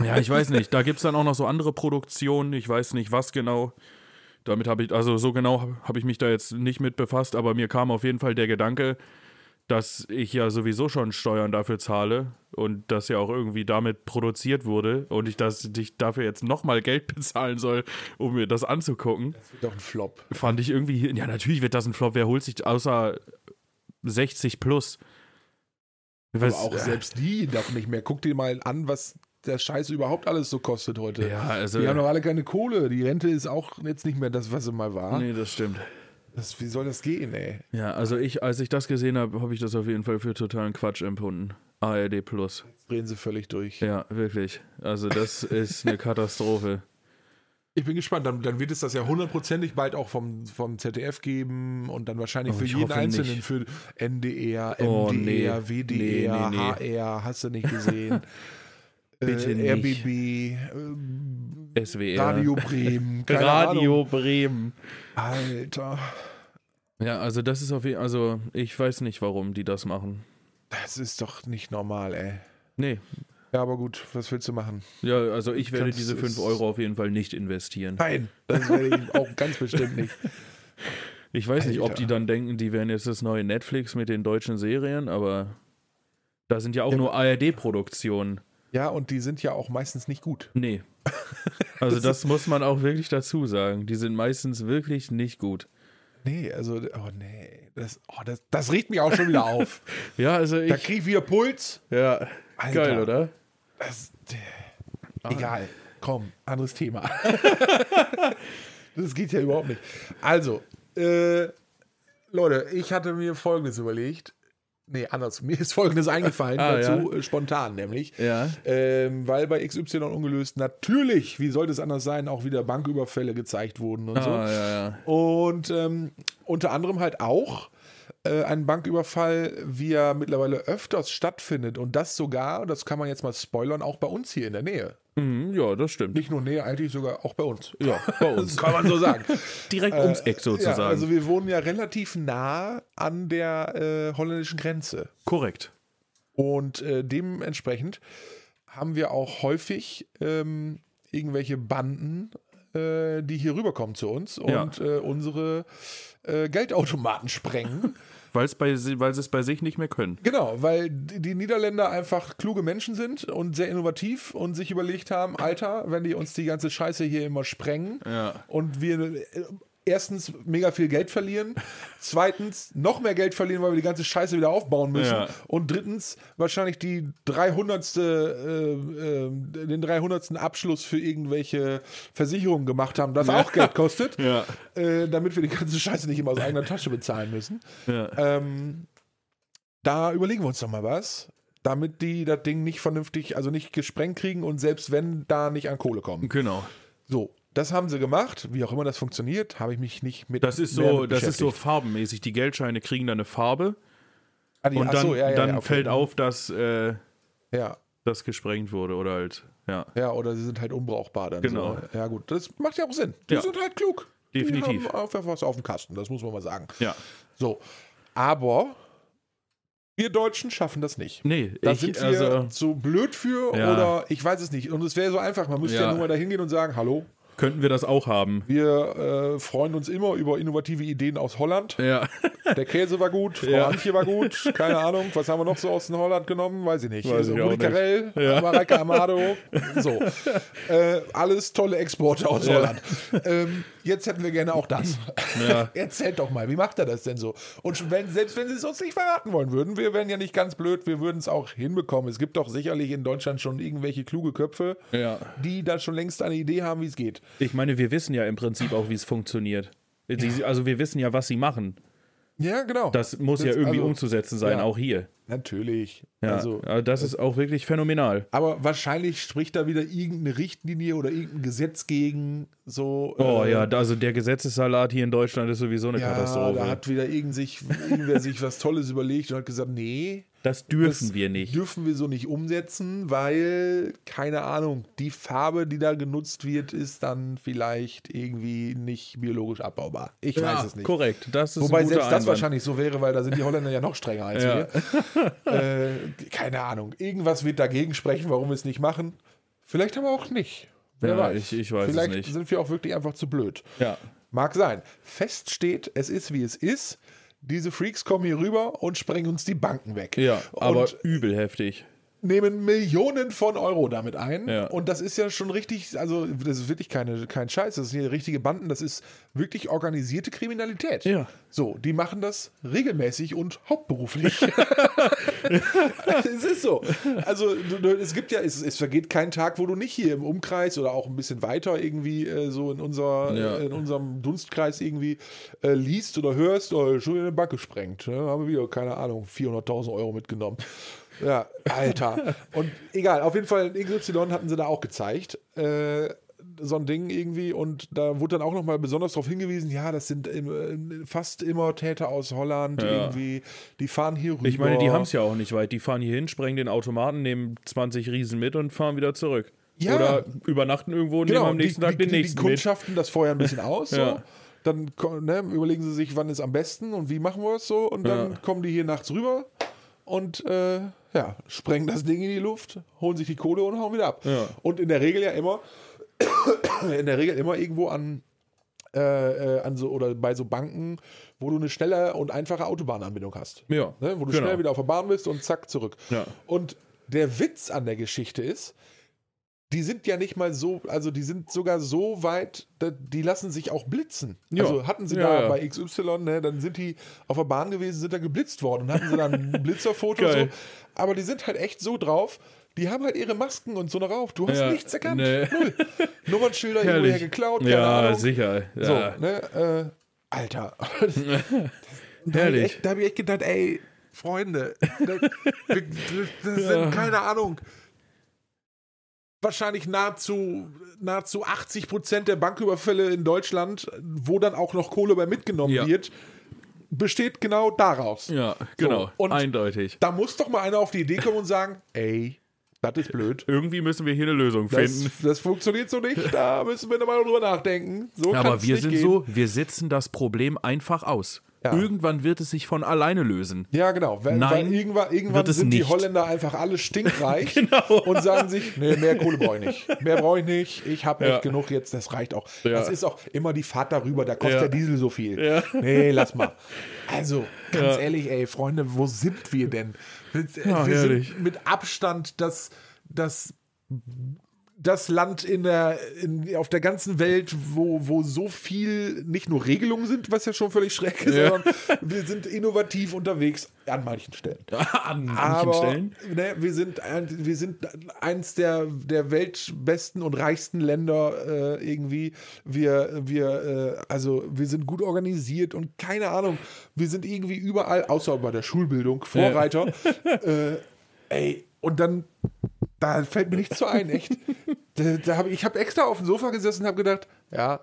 Speaker 1: Ja, ich weiß nicht. Da gibt's dann auch noch so andere Produktionen, ich weiß nicht was genau. Damit habe ich, also so genau habe ich mich da jetzt nicht mit befasst, aber mir kam auf jeden Fall der Gedanke, dass ich ja sowieso schon Steuern dafür zahle und das ja auch irgendwie damit produziert wurde und ich, dass ich dafür jetzt nochmal Geld (laughs) bezahlen soll, um mir das anzugucken.
Speaker 2: Das wird doch ein Flop.
Speaker 1: Fand ich irgendwie, ja, natürlich wird das ein Flop. Wer holt sich außer 60 plus? Was,
Speaker 2: aber auch selbst die doch nicht mehr. Guck dir mal an, was der Scheiß überhaupt alles so kostet heute.
Speaker 1: Ja, also.
Speaker 2: Die haben doch alle keine Kohle. Die Rente ist auch jetzt nicht mehr das, was sie mal war.
Speaker 1: nee, das stimmt.
Speaker 2: Das, wie soll das gehen, ey?
Speaker 1: Ja, also ich, als ich das gesehen habe, habe ich das auf jeden Fall für totalen Quatsch empfunden. ARD Plus.
Speaker 2: Drehen sie völlig durch.
Speaker 1: Ja, wirklich. Also
Speaker 2: (laughs)
Speaker 1: das ist eine Katastrophe.
Speaker 2: Ich bin gespannt. Dann, dann wird es das ja hundertprozentig bald auch vom, vom ZDF geben und dann wahrscheinlich
Speaker 1: Oh,
Speaker 2: für
Speaker 1: ich
Speaker 2: jeden
Speaker 1: hoffe
Speaker 2: Einzelnen,
Speaker 1: nicht.
Speaker 2: für NDR, MDR,
Speaker 1: Oh, nee.
Speaker 2: WDR,
Speaker 1: Nee, nee,
Speaker 2: HR, hast du nicht gesehen.
Speaker 1: (laughs) Bitte
Speaker 2: äh,
Speaker 1: nicht.
Speaker 2: RBB, ähm,
Speaker 1: SWR. (laughs)
Speaker 2: Radio Bremen. keine Ahnung.
Speaker 1: Radio Bremen.
Speaker 2: Alter.
Speaker 1: Ja, also das ist auf jeden Fall, also ich weiß nicht, warum die das machen.
Speaker 2: Das ist doch nicht normal, ey.
Speaker 1: Nee.
Speaker 2: Ja, aber gut, was willst du machen?
Speaker 1: Ja, also ich werde
Speaker 2: Das
Speaker 1: diese 5
Speaker 2: ist-
Speaker 1: Euro auf jeden Fall nicht investieren.
Speaker 2: Nein, das werde ich auch ganz bestimmt nicht.
Speaker 1: Ich weiß nicht, ob
Speaker 2: Alter.
Speaker 1: die dann denken, die wären jetzt das neue Netflix mit den deutschen Serien, aber da sind ja auch nur ARD-Produktionen.
Speaker 2: Ja, und die sind ja auch meistens nicht gut.
Speaker 1: (laughs) Nee. Also das, muss man auch wirklich dazu sagen. Die sind meistens wirklich nicht gut.
Speaker 2: Nee, also, oh nee, das, oh, das, das regt mich auch schon wieder auf.
Speaker 1: Ja, also
Speaker 2: Da
Speaker 1: ich.
Speaker 2: kriege ich wieder Puls.
Speaker 1: Ja,
Speaker 2: Alter.
Speaker 1: geil, oder?
Speaker 2: Das,
Speaker 1: Ah.
Speaker 2: egal, komm,
Speaker 1: (laughs)
Speaker 2: anderes Thema. das geht ja überhaupt nicht. Also, äh, Leute, ich hatte mir Folgendes überlegt. Nee, anders. Mir ist
Speaker 1: (laughs)
Speaker 2: Folgendes eingefallen,
Speaker 1: Ah,
Speaker 2: dazu äh, spontan nämlich.
Speaker 1: Ja.
Speaker 2: Ähm, weil bei XY ungelöst natürlich, wie sollte es anders sein, auch wieder Banküberfälle gezeigt wurden und so.
Speaker 1: Ah, ja, ja.
Speaker 2: Und ähm, unter anderem halt auch äh, ein Banküberfall, wie er mittlerweile öfters stattfindet. Und das sogar, das kann man jetzt mal spoilern, auch bei uns hier in der Nähe.
Speaker 1: Mhm, ja, das stimmt.
Speaker 2: Nicht nur Nähe, eigentlich sogar auch bei uns.
Speaker 1: Ja, Äh, bei uns.
Speaker 2: (laughs) Das kann man so sagen.
Speaker 1: Direkt (laughs) ums Eck sozusagen.
Speaker 2: Ja, also wir wohnen ja relativ nah an der äh, holländischen Grenze.
Speaker 1: Korrekt.
Speaker 2: Und äh, dementsprechend haben wir auch häufig ähm, irgendwelche Banden, äh, die hier rüberkommen zu uns
Speaker 1: Ja.
Speaker 2: und äh, unsere äh, Geldautomaten sprengen.
Speaker 1: Weil's bei, si- weil sie es bei sich nicht mehr können.
Speaker 2: genau, weil die die Niederländer einfach kluge Menschen sind und sehr innovativ und sich überlegt haben, Alter, wenn die uns die ganze Scheiße hier immer sprengen
Speaker 1: Ja.
Speaker 2: und wir äh, erstens mega viel
Speaker 1: (laughs)
Speaker 2: Geld verlieren, zweitens noch mehr Geld verlieren, weil wir die ganze Scheiße wieder aufbauen müssen
Speaker 1: Ja.
Speaker 2: und drittens wahrscheinlich die 300. Äh, äh, den 300. Abschluss für irgendwelche Versicherungen gemacht haben, das auch Geld
Speaker 1: (laughs)
Speaker 2: kostet,
Speaker 1: Ja.
Speaker 2: äh, damit wir die ganze Scheiße nicht immer aus eigener Tasche bezahlen müssen. Ähm, da überlegen wir uns doch mal was, damit die das Ding nicht vernünftig, also nicht gesprengt kriegen und selbst wenn, da nicht an Kohle kommen.
Speaker 1: Genau.
Speaker 2: So, das haben sie gemacht. Wie auch immer das funktioniert, habe ich mich nicht mit.
Speaker 1: Das ist
Speaker 2: mehr
Speaker 1: so,
Speaker 2: mit
Speaker 1: das ist so
Speaker 2: beschäftigt.
Speaker 1: farbenmäßig. Die Geldscheine kriegen dann eine Farbe
Speaker 2: Ah, die-
Speaker 1: und
Speaker 2: ach
Speaker 1: dann,
Speaker 2: so, ja, ja,
Speaker 1: dann
Speaker 2: ja, okay.
Speaker 1: fällt auf, dass äh,
Speaker 2: Ja,
Speaker 1: das gesprengt wurde oder halt, ja.
Speaker 2: ja, oder sie sind halt unbrauchbar dann.
Speaker 1: Genau.
Speaker 2: So. Ja, gut, das macht ja auch Sinn. Die
Speaker 1: Ja.
Speaker 2: sind halt klug.
Speaker 1: Definitiv.
Speaker 2: Die haben auf, was auf dem Kasten, das muss man mal sagen.
Speaker 1: Ja.
Speaker 2: So, aber wir Deutschen schaffen das nicht.
Speaker 1: Nee,
Speaker 2: Da
Speaker 1: ich,
Speaker 2: sind wir
Speaker 1: also
Speaker 2: zu blöd für
Speaker 1: Ja.
Speaker 2: oder ich weiß es nicht. Und es wäre so einfach, man müsste ja.
Speaker 1: Ja.
Speaker 2: nur mal da hingehen und sagen, hallo,
Speaker 1: könnten wir das auch haben.
Speaker 2: wir äh, freuen uns immer über innovative Ideen aus Holland.
Speaker 1: (laughs) Ja.
Speaker 2: Der Käse war gut, Frau
Speaker 1: Ja.
Speaker 2: Antje war gut, keine Ahnung, was haben wir noch so aus dem Holland genommen, weiß ich nicht. Also
Speaker 1: Weiß ich auch
Speaker 2: Rudi
Speaker 1: nicht.
Speaker 2: Carell,
Speaker 1: Ja.
Speaker 2: Mareike Amado, so. Äh, alles tolle Exporte aus
Speaker 1: Ja.
Speaker 2: Holland. Ähm, jetzt hätten wir gerne auch das.
Speaker 1: Ja.
Speaker 2: (laughs) Erzählt doch mal, wie macht er das denn so? Und wenn, selbst wenn sie es uns nicht verraten wollen würden, wir wären ja nicht ganz blöd, wir würden es auch hinbekommen. Es gibt doch sicherlich in Deutschland schon irgendwelche kluge Köpfe,
Speaker 1: Ja.
Speaker 2: die da schon längst eine Idee haben, wie es geht.
Speaker 1: Ich meine, wir wissen ja im Prinzip auch, wie es funktioniert. Die, also wir wissen ja, was sie machen.
Speaker 2: Ja, genau.
Speaker 1: Das muss ja irgendwie
Speaker 2: also-
Speaker 1: umzusetzen sein,
Speaker 2: Ja.
Speaker 1: auch hier.
Speaker 2: Natürlich.
Speaker 1: Ja,
Speaker 2: Also,
Speaker 1: also, das ist auch wirklich phänomenal.
Speaker 2: aber wahrscheinlich spricht da wieder irgendeine Richtlinie oder irgendein Gesetz gegen. So,
Speaker 1: Oh
Speaker 2: äh,
Speaker 1: ja, da- also der Gesetzessalat hier in Deutschland ist sowieso eine
Speaker 2: ja, da
Speaker 1: Katastrophe.
Speaker 2: hat wieder irgend sich,
Speaker 1: (laughs)
Speaker 2: irgendwer sich was Tolles überlegt und hat gesagt, nee,
Speaker 1: Das dürfen
Speaker 2: das
Speaker 1: wir nicht.
Speaker 2: Dürfen wir so nicht umsetzen, weil, keine Ahnung, die Farbe, die da genutzt wird, ist dann vielleicht irgendwie nicht biologisch abbaubar. Ich weiß es
Speaker 1: Ah,
Speaker 2: nicht.
Speaker 1: Korrekt, das ist
Speaker 2: Wobei
Speaker 1: ein guter
Speaker 2: selbst das
Speaker 1: Einwand.
Speaker 2: wahrscheinlich so wäre, weil da sind die Holländer ja noch strenger als
Speaker 1: Ja. (laughs)
Speaker 2: wir. Äh, keine Ahnung. Irgendwas wird dagegen sprechen, warum wir es nicht machen. Vielleicht aber auch nicht. Wer
Speaker 1: Ja, ich- ich weiß es
Speaker 2: Vielleicht
Speaker 1: nicht.
Speaker 2: sind wir auch wirklich einfach zu blöd.
Speaker 1: Ja.
Speaker 2: Mag sein. Fest steht, es ist wie es ist. Diese Freaks kommen hier rüber und sprengen uns die Banken weg.
Speaker 1: Ja, aber
Speaker 2: und
Speaker 1: übel heftig.
Speaker 2: nehmen Millionen von Euro damit ein.
Speaker 1: Ja.
Speaker 2: Und das ist ja schon richtig, also das ist wirklich keine, kein Scheiß, das sind hier richtige Banden, das ist wirklich organisierte Kriminalität.
Speaker 1: Ja.
Speaker 2: So, die machen das regelmäßig und
Speaker 1: (laughs)
Speaker 2: hauptberuflich. (laughs) es ist so. Also du, du, es gibt ja, es, es vergeht kein Tag, wo du nicht hier im Umkreis oder auch ein bisschen weiter irgendwie äh, so in, unserer,
Speaker 1: Ja.
Speaker 2: in unserem Dunstkreis irgendwie äh, liest oder hörst, oh, schon wieder eine Backe sprengt. Ne? Haben wir wieder, keine Ahnung, 400.000 Euro mitgenommen. Ja, Alter. Und egal, auf jeden Fall in XY hatten sie da auch gezeigt. Äh, so ein Ding irgendwie und da wurde dann auch nochmal besonders darauf hingewiesen, ja, das sind im, äh, fast immer Täter aus Holland
Speaker 1: Ja.
Speaker 2: irgendwie, die fahren hier rüber.
Speaker 1: Ich meine, die haben es ja auch nicht weit. Die fahren hier hin, sprengen den Automaten, nehmen 20 Riesen mit und fahren wieder zurück.
Speaker 2: Ja. Genau,
Speaker 1: Oder übernachten irgendwo und nehmen am nächsten
Speaker 2: die,
Speaker 1: Tag
Speaker 2: die,
Speaker 1: den
Speaker 2: die,
Speaker 1: nächsten
Speaker 2: Die
Speaker 1: mit.
Speaker 2: kundschaften das vorher
Speaker 1: (laughs)
Speaker 2: ein bisschen aus. so.
Speaker 1: Ja.
Speaker 2: Dann ko- ne, überlegen sie sich, wann ist am besten und wie machen wir es so. Und dann kommen die hier nachts rüber und äh, ja, sprengen das Ding in die Luft, holen sich die Kohle und hauen wieder ab.
Speaker 1: Ja.
Speaker 2: Und in der Regel ja immer, (coughs) in der Regel immer irgendwo an, äh, äh, an so oder bei so Banken, wo du eine schnelle und einfache Autobahnanbindung hast.
Speaker 1: Ja,
Speaker 2: Ne, wo du
Speaker 1: genau.
Speaker 2: schnell wieder auf der Bahn bist und zack zurück.
Speaker 1: Ja.
Speaker 2: Und der Witz an der Geschichte ist, die sind ja nicht mal so, also die sind sogar so weit, da- die lassen sich auch blitzen.
Speaker 1: Ja.
Speaker 2: Also hatten sie
Speaker 1: Ja,
Speaker 2: da
Speaker 1: ja.
Speaker 2: bei XY, ne, dann sind die auf der Bahn gewesen, sind da geblitzt worden und hatten sie dann
Speaker 1: (laughs)
Speaker 2: ein Blitzerfoto und so.
Speaker 1: Geil.
Speaker 2: Aber die sind halt echt so drauf, die haben halt ihre Masken und so noch auf. Du hast
Speaker 1: Ja,
Speaker 2: nichts erkannt.
Speaker 1: nee.
Speaker 2: Null. Nummernschilder irgendwoher
Speaker 1: Herrlich.
Speaker 2: geklaut, keine
Speaker 1: Ja,
Speaker 2: Ahnung.
Speaker 1: sicher.
Speaker 2: So,
Speaker 1: Ja.
Speaker 2: ne, äh, Alter. (laughs) Da hab ich
Speaker 1: Herrlich.
Speaker 2: echt- Da habe ich echt gedacht, ey, Freunde, ne, das,
Speaker 1: (laughs)
Speaker 2: das sind keine Ahnung. Wahrscheinlich nahezu, nahezu 80 Prozent der Banküberfälle in Deutschland, wo dann auch noch Kohle bei mitgenommen
Speaker 1: Ja.
Speaker 2: wird, besteht genau daraus.
Speaker 1: Ja, genau.
Speaker 2: So, und-
Speaker 1: Eindeutig.
Speaker 2: Da muss doch mal einer auf die Idee kommen und sagen, ey, das ist blöd.
Speaker 1: Irgendwie müssen wir hier eine Lösung
Speaker 2: Das,
Speaker 1: finden.
Speaker 2: das funktioniert so nicht, da müssen wir nochmal drüber nachdenken. So kann's
Speaker 1: Aber wir
Speaker 2: nicht
Speaker 1: sind
Speaker 2: gehen.
Speaker 1: so, wir sitzen das Problem einfach aus.
Speaker 2: Ja.
Speaker 1: Irgendwann wird es sich von alleine lösen.
Speaker 2: Ja, genau. Weil,
Speaker 1: Nein,
Speaker 2: weil irgendwann, irgendwann
Speaker 1: wird es
Speaker 2: sind die
Speaker 1: nicht. Genau.
Speaker 2: Holländer einfach
Speaker 1: (laughs)
Speaker 2: alle stinkreich und sagen sich, nee, mehr Kohle brauche ich nicht. Mehr brauche ich nicht. Ich habe
Speaker 1: Ja.
Speaker 2: echt genug jetzt, das reicht auch.
Speaker 1: Ja.
Speaker 2: Das ist auch immer die Fahrt darüber, da kostet
Speaker 1: Ja.
Speaker 2: der Diesel so viel.
Speaker 1: Ja.
Speaker 2: Nee, lass mal. Also, ganz ehrlich, ey, Freunde, wo sind wir denn? äh, Wir,
Speaker 1: Ja,
Speaker 2: wir
Speaker 1: herrlich.
Speaker 2: sind mit Abstand das, das das Land in der, in, auf der ganzen Welt, wo, wo so viel nicht nur Regelungen sind, was ja schon völlig schräg ist, sondern wir sind innovativ unterwegs an manchen Stellen.
Speaker 1: (laughs) An manchen
Speaker 2: Aber
Speaker 1: Stellen.
Speaker 2: Ne, wir, sind, ein- wir sind eins der, der weltbesten und reichsten Länder äh, irgendwie. Wir, wir, äh, also, wir sind gut organisiert und keine Ahnung. Wir sind irgendwie überall, außer bei der Schulbildung, Vorreiter.
Speaker 1: (laughs)
Speaker 2: äh, ey, und dann da fällt mir nichts zu ein, echt. Da, da hab, ich- ich habe extra auf dem Sofa gesessen und habe gedacht, ja,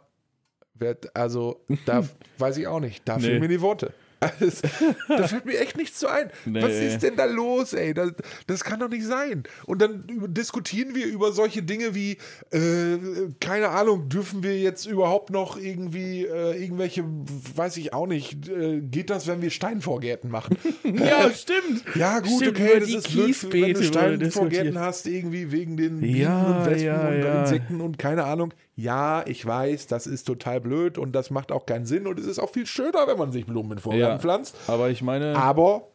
Speaker 2: wer- also
Speaker 1: (laughs)
Speaker 2: da weiß ich auch nicht, da fehlen
Speaker 1: Nee.
Speaker 2: mir die Worte. (laughs) Also, da fällt mir echt nichts zu ein.
Speaker 1: Nee.
Speaker 2: Was ist denn da los, ey? Das, das kann doch nicht sein. Und dann über- diskutieren wir über solche Dinge wie, äh, keine Ahnung, dürfen wir jetzt überhaupt noch irgendwie äh, irgendwelche, weiß ich auch nicht, äh, geht das, wenn wir Steinvorgärten machen?
Speaker 1: (laughs) Ja, stimmt.
Speaker 2: Ja, gut,
Speaker 1: Stimmt,
Speaker 2: okay,
Speaker 1: über
Speaker 2: das
Speaker 1: die
Speaker 2: ist blöd, wenn du
Speaker 1: Kiesbeete wurde
Speaker 2: Steine vor
Speaker 1: diskutiert.
Speaker 2: Gärten hast, irgendwie wegen den Bienen
Speaker 1: Ja,
Speaker 2: und Wespen
Speaker 1: ja,
Speaker 2: und
Speaker 1: ja.
Speaker 2: Insekten und keine Ahnung. Ja, ich weiß, das ist total blöd und das macht auch keinen Sinn und es ist auch viel schöner, wenn man sich Blumen in Vorgarten
Speaker 1: Ja.
Speaker 2: pflanzt.
Speaker 1: Aber ich meine,
Speaker 2: Aber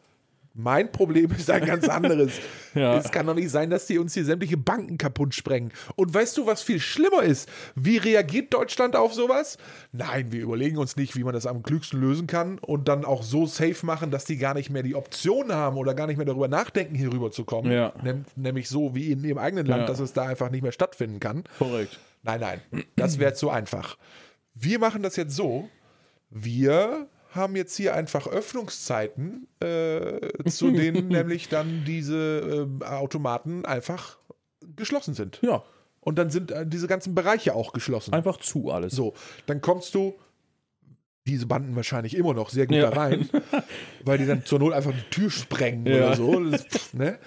Speaker 2: mein Problem ist ein ganz anderes.
Speaker 1: (laughs) Ja.
Speaker 2: Es kann doch nicht sein, dass die uns hier sämtliche Banken kaputt sprengen. Und weißt du, was viel schlimmer ist? Wie reagiert Deutschland auf sowas? Nein, wir überlegen uns nicht, wie man das am klügsten lösen kann und dann auch so safe machen, dass die gar nicht mehr die Option haben oder gar nicht mehr darüber nachdenken, hier rüber zu kommen.
Speaker 1: Ja.
Speaker 2: Näm nämlich so wie in ihrem eigenen Land,
Speaker 1: Ja.
Speaker 2: dass es da einfach nicht mehr stattfinden kann.
Speaker 1: korrekt.
Speaker 2: Nein, nein, das wäre zu einfach. Wir machen das jetzt so. Wir haben jetzt hier einfach Öffnungszeiten, äh, zu denen nämlich dann diese ähm, Automaten einfach geschlossen sind.
Speaker 1: Ja,
Speaker 2: Und dann sind äh, diese ganzen Bereiche auch geschlossen.
Speaker 1: einfach zu alles.
Speaker 2: So, dann kommst du diese Banden wahrscheinlich immer noch sehr gut
Speaker 1: Ja.
Speaker 2: da
Speaker 1: (laughs)
Speaker 2: rein, weil die dann zur Not einfach die Tür sprengen
Speaker 1: Ja.
Speaker 2: oder so. Das, pff, ne?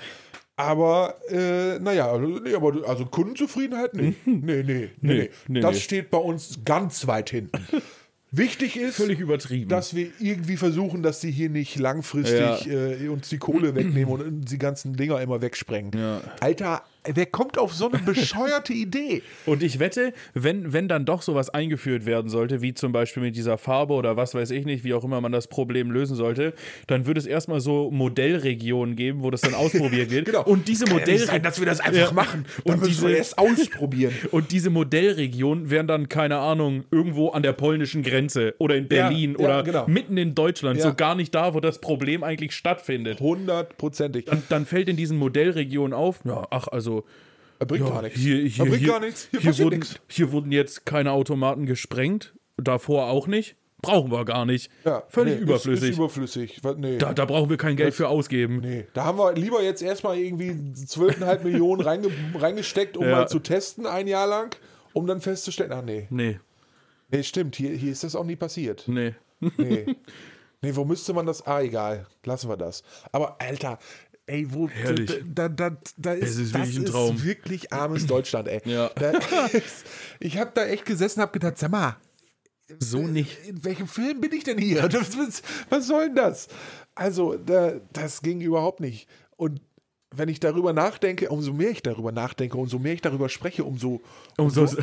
Speaker 2: Aber, äh, naja, also, nee, aber du- also Kundenzufriedenheit? Nee, nee, nee, nee, nee,
Speaker 1: Mhm. nee,
Speaker 2: Das
Speaker 1: nee.
Speaker 2: steht bei uns ganz
Speaker 1: (laughs)
Speaker 2: weit hinten. Wichtig ist,
Speaker 1: Völlig übertrieben.
Speaker 2: dass wir irgendwie versuchen, dass sie hier nicht langfristig äh, uns die Kohle wegnehmen und die ganzen Dinger immer wegsprengen. Alter, wer kommt auf so eine bescheuerte Idee?
Speaker 1: Und ich wette, wenn, wenn dann doch sowas eingeführt werden sollte, wie zum Beispiel mit dieser Farbe oder was weiß ich nicht, wie auch immer man das Problem lösen sollte, dann würde es erstmal so Modellregionen geben, wo das dann
Speaker 2: (laughs)
Speaker 1: ausprobiert wird.
Speaker 2: Genau.
Speaker 1: Und diese
Speaker 2: Es kann ja nicht
Speaker 1: Modell
Speaker 2: sein, dass wir das einfach
Speaker 1: Ja.
Speaker 2: machen.
Speaker 1: Und
Speaker 2: Dann müssen wir
Speaker 1: diese-
Speaker 2: es ausprobieren.
Speaker 1: Und diese Modellregionen wären dann, keine Ahnung, irgendwo an der polnischen Grenze oder in
Speaker 2: Ja,
Speaker 1: Berlin
Speaker 2: ja,
Speaker 1: oder
Speaker 2: genau.
Speaker 1: mitten in Deutschland,
Speaker 2: Ja.
Speaker 1: so gar nicht da, wo das Problem eigentlich stattfindet.
Speaker 2: Hundertprozentig.
Speaker 1: Dann, dann fällt in diesen Modellregionen auf, ja, ach, also
Speaker 2: Bringt
Speaker 1: Ja,
Speaker 2: gar nichts.
Speaker 1: Hier, hier,
Speaker 2: bringt
Speaker 1: hier,
Speaker 2: gar nichts. Hier,
Speaker 1: Hier,
Speaker 2: passiert
Speaker 1: wurden,
Speaker 2: nichts.
Speaker 1: hier wurden jetzt keine Automaten gesprengt, davor auch nicht. Brauchen wir gar nicht.
Speaker 2: Ja,
Speaker 1: Völlig
Speaker 2: nee, Ist,
Speaker 1: überflüssig.
Speaker 2: ist überflüssig. Was- Nee.
Speaker 1: da, da brauchen wir kein Geld für ausgeben.
Speaker 2: Nee, da haben wir lieber jetzt erstmal irgendwie 12,5 Millionen reinge reingesteckt, um
Speaker 1: Ja.
Speaker 2: mal zu testen, ein Jahr lang, um dann festzustellen, ach nee,
Speaker 1: Nee,
Speaker 2: nee stimmt, hier, hier ist das auch nie passiert.
Speaker 1: nee.
Speaker 2: Nee. nee, wo müsste man das? Ah, egal, lassen wir das. Aber Alter, ey, wo
Speaker 1: Herrlich.
Speaker 2: da, da, da, da ist,
Speaker 1: Es ist
Speaker 2: das
Speaker 1: wirklich ein
Speaker 2: ist
Speaker 1: Traum.
Speaker 2: wirklich armes Deutschland, ey.
Speaker 1: Ja.
Speaker 2: Da ist, ich habe da echt gesessen und habe gedacht, sag mal,
Speaker 1: So nicht.
Speaker 2: in welchem Film bin ich denn hier? (laughs) Das, was, was soll denn das? Also, da, das ging überhaupt nicht. Und wenn ich darüber nachdenke, umso mehr ich darüber nachdenke, umso mehr ich darüber spreche, umso,
Speaker 1: Umso-
Speaker 2: umso,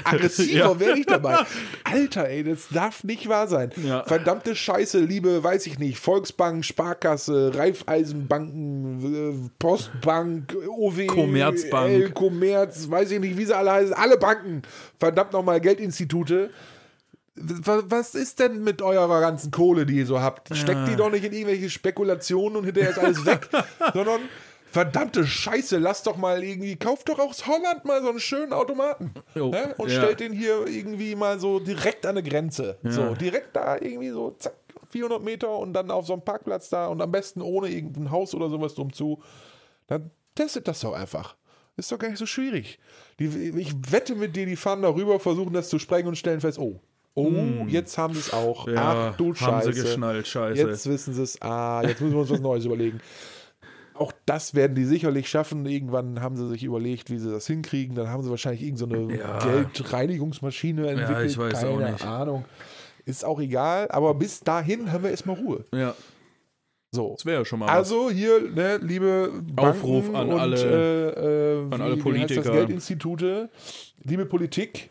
Speaker 1: (laughs)
Speaker 2: aggressiver
Speaker 1: Ja.
Speaker 2: werde ich dabei. Alter, ey, das darf nicht wahr sein.
Speaker 1: Ja.
Speaker 2: Verdammte Scheiße, liebe, weiß ich nicht, Volksbank, Sparkasse, Raiffeisenbanken, äh, Postbank, OW,
Speaker 1: Commerzbank.
Speaker 2: L, Commerz, weiß ich nicht, wie sie alle heißen, alle Banken, verdammt nochmal Geldinstitute. Wa- Was ist denn mit eurer ganzen Kohle, die ihr so habt? Steckt die doch nicht in irgendwelche Spekulationen und hinterher ist
Speaker 1: (laughs)
Speaker 2: alles weg, sondern verdammte Scheiße, lasst doch mal irgendwie, kauft doch aus Holland mal so einen schönen Automaten
Speaker 1: Jo.
Speaker 2: ne? und
Speaker 1: Ja.
Speaker 2: stellt den hier irgendwie mal so direkt an eine Grenze. So, direkt da irgendwie so, zack, 400 Meter und dann auf so einem Parkplatz da und am besten ohne irgendein Haus oder sowas drum zu. Dann testet das doch einfach. Ist doch gar nicht so schwierig. Die, ich wette mit dir, die fahren darüber, versuchen das zu sprengen und stellen fest, oh, oh, jetzt haben sie es auch.
Speaker 1: Hm. Ja,
Speaker 2: Ach du
Speaker 1: haben sie
Speaker 2: Scheiße.
Speaker 1: geschnallt, Scheiße.
Speaker 2: Jetzt wissen sie es. Ah, jetzt müssen wir uns was Neues überlegen. Auch das werden die sicherlich schaffen. Irgendwann haben sie sich überlegt, wie sie das hinkriegen. Dann haben sie wahrscheinlich irgendeine so
Speaker 1: Ja.
Speaker 2: eine Geldreinigungsmaschine entwickelt.
Speaker 1: ich weiß
Speaker 2: Keine
Speaker 1: auch nicht.
Speaker 2: Ahnung. Ist auch egal. Aber bis dahin haben wir erstmal Ruhe.
Speaker 1: Ja,
Speaker 2: So.
Speaker 1: das wäre ja schon mal was.
Speaker 2: Also hier, ne, liebe Banken
Speaker 1: Aufruf an
Speaker 2: und,
Speaker 1: alle-
Speaker 2: äh, äh, wie,
Speaker 1: an alle
Speaker 2: Wie heißt
Speaker 1: Politiker.
Speaker 2: das Geldinstitute, liebe Politik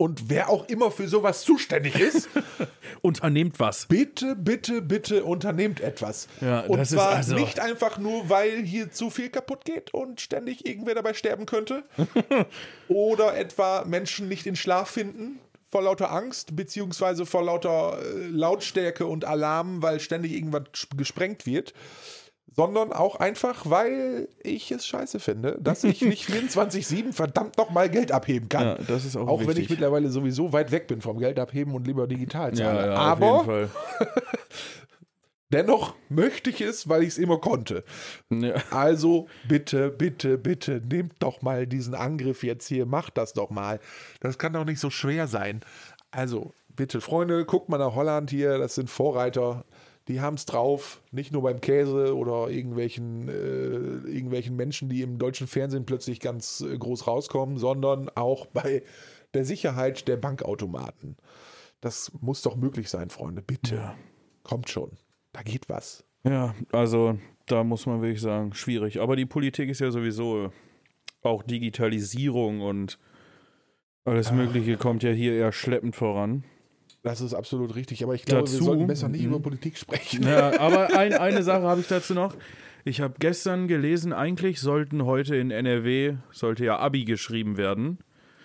Speaker 2: und wer auch immer für sowas zuständig
Speaker 1: (laughs)
Speaker 2: ist,
Speaker 1: Unternehmt was.
Speaker 2: bitte, bitte, bitte unternehmt etwas.
Speaker 1: Ja,
Speaker 2: und
Speaker 1: das ist
Speaker 2: zwar
Speaker 1: also-
Speaker 2: nicht einfach nur, weil hier zu viel kaputt geht und ständig irgendwer dabei sterben
Speaker 1: (laughs)
Speaker 2: könnte. Oder etwa Menschen nicht in Schlaf finden vor lauter Angst, beziehungsweise vor lauter äh, Lautstärke und Alarm, weil ständig irgendwas sp- gesprengt wird. Sondern auch einfach, weil ich es scheiße finde, dass
Speaker 1: (laughs)
Speaker 2: ich nicht 24-7 verdammt nochmal Geld abheben kann.
Speaker 1: Ja, das ist auch
Speaker 2: Auch wenn
Speaker 1: wichtig.
Speaker 2: ich mittlerweile sowieso weit weg bin vom Geld abheben und lieber digital zahle.
Speaker 1: Ja, ja,
Speaker 2: Aber
Speaker 1: auf jeden Fall.
Speaker 2: Dennoch möchte ich es, weil ich es immer konnte.
Speaker 1: Ja.
Speaker 2: Also bitte, bitte, bitte, nehmt doch mal diesen Angriff jetzt hier, macht das doch mal. Das kann doch nicht so schwer sein. Also bitte, Freunde, guckt mal nach Holland hier, das sind Vorreiter. Die haben es drauf, nicht nur beim Käse oder irgendwelchen, äh, irgendwelchen Menschen, die im deutschen Fernsehen plötzlich ganz äh, groß rauskommen, sondern auch bei der Sicherheit der Bankautomaten. Das muss doch möglich sein, Freunde. Bitte. Kommt schon. Da geht was.
Speaker 1: ja, also da muss man wirklich sagen, schwierig. Aber die Politik ist ja sowieso auch Digitalisierung und alles Mögliche kommt ja hier eher schleppend voran.
Speaker 2: Das ist absolut richtig, aber ich glaube, wir
Speaker 1: Dazu-
Speaker 2: sollten besser nicht
Speaker 1: Mhm.
Speaker 2: über Politik sprechen. (laughs)
Speaker 1: Ja, aber ein, eine Sache habe ich dazu noch. Ich habe gestern gelesen, eigentlich sollten heute in NRW, sollte ja Abi geschrieben werden.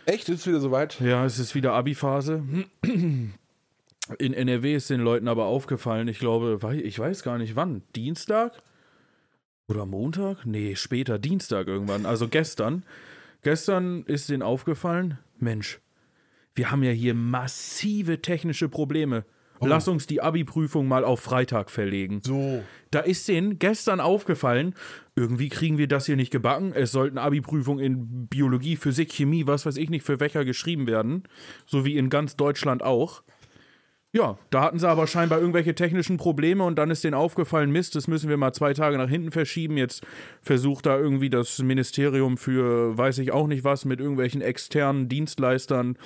Speaker 2: Echt, ist wieder soweit?
Speaker 1: Ja, es ist wieder Abi-Phase. In NRW ist den Leuten aber aufgefallen, ich glaube, wei- ich weiß gar nicht wann, Dienstag oder Montag? Nee, später, Dienstag irgendwann, also gestern. Gestern ist denen aufgefallen, Mensch, wir haben ja hier massive technische Probleme. Lass uns die Abi-Prüfung mal auf Freitag verlegen.
Speaker 2: So.
Speaker 1: Da ist denen gestern aufgefallen, irgendwie kriegen wir das hier nicht gebacken. Es sollten Abi-Prüfungen in Biologie, Physik, Chemie, was weiß ich nicht, für Fächer geschrieben werden. So wie in ganz Deutschland auch. Ja, da hatten sie aber scheinbar irgendwelche technischen Probleme und dann ist denen aufgefallen, Mist, das müssen wir mal zwei Tage nach hinten verschieben. Jetzt versucht da irgendwie das Ministerium für weiß ich auch nicht was mit irgendwelchen externen Dienstleistern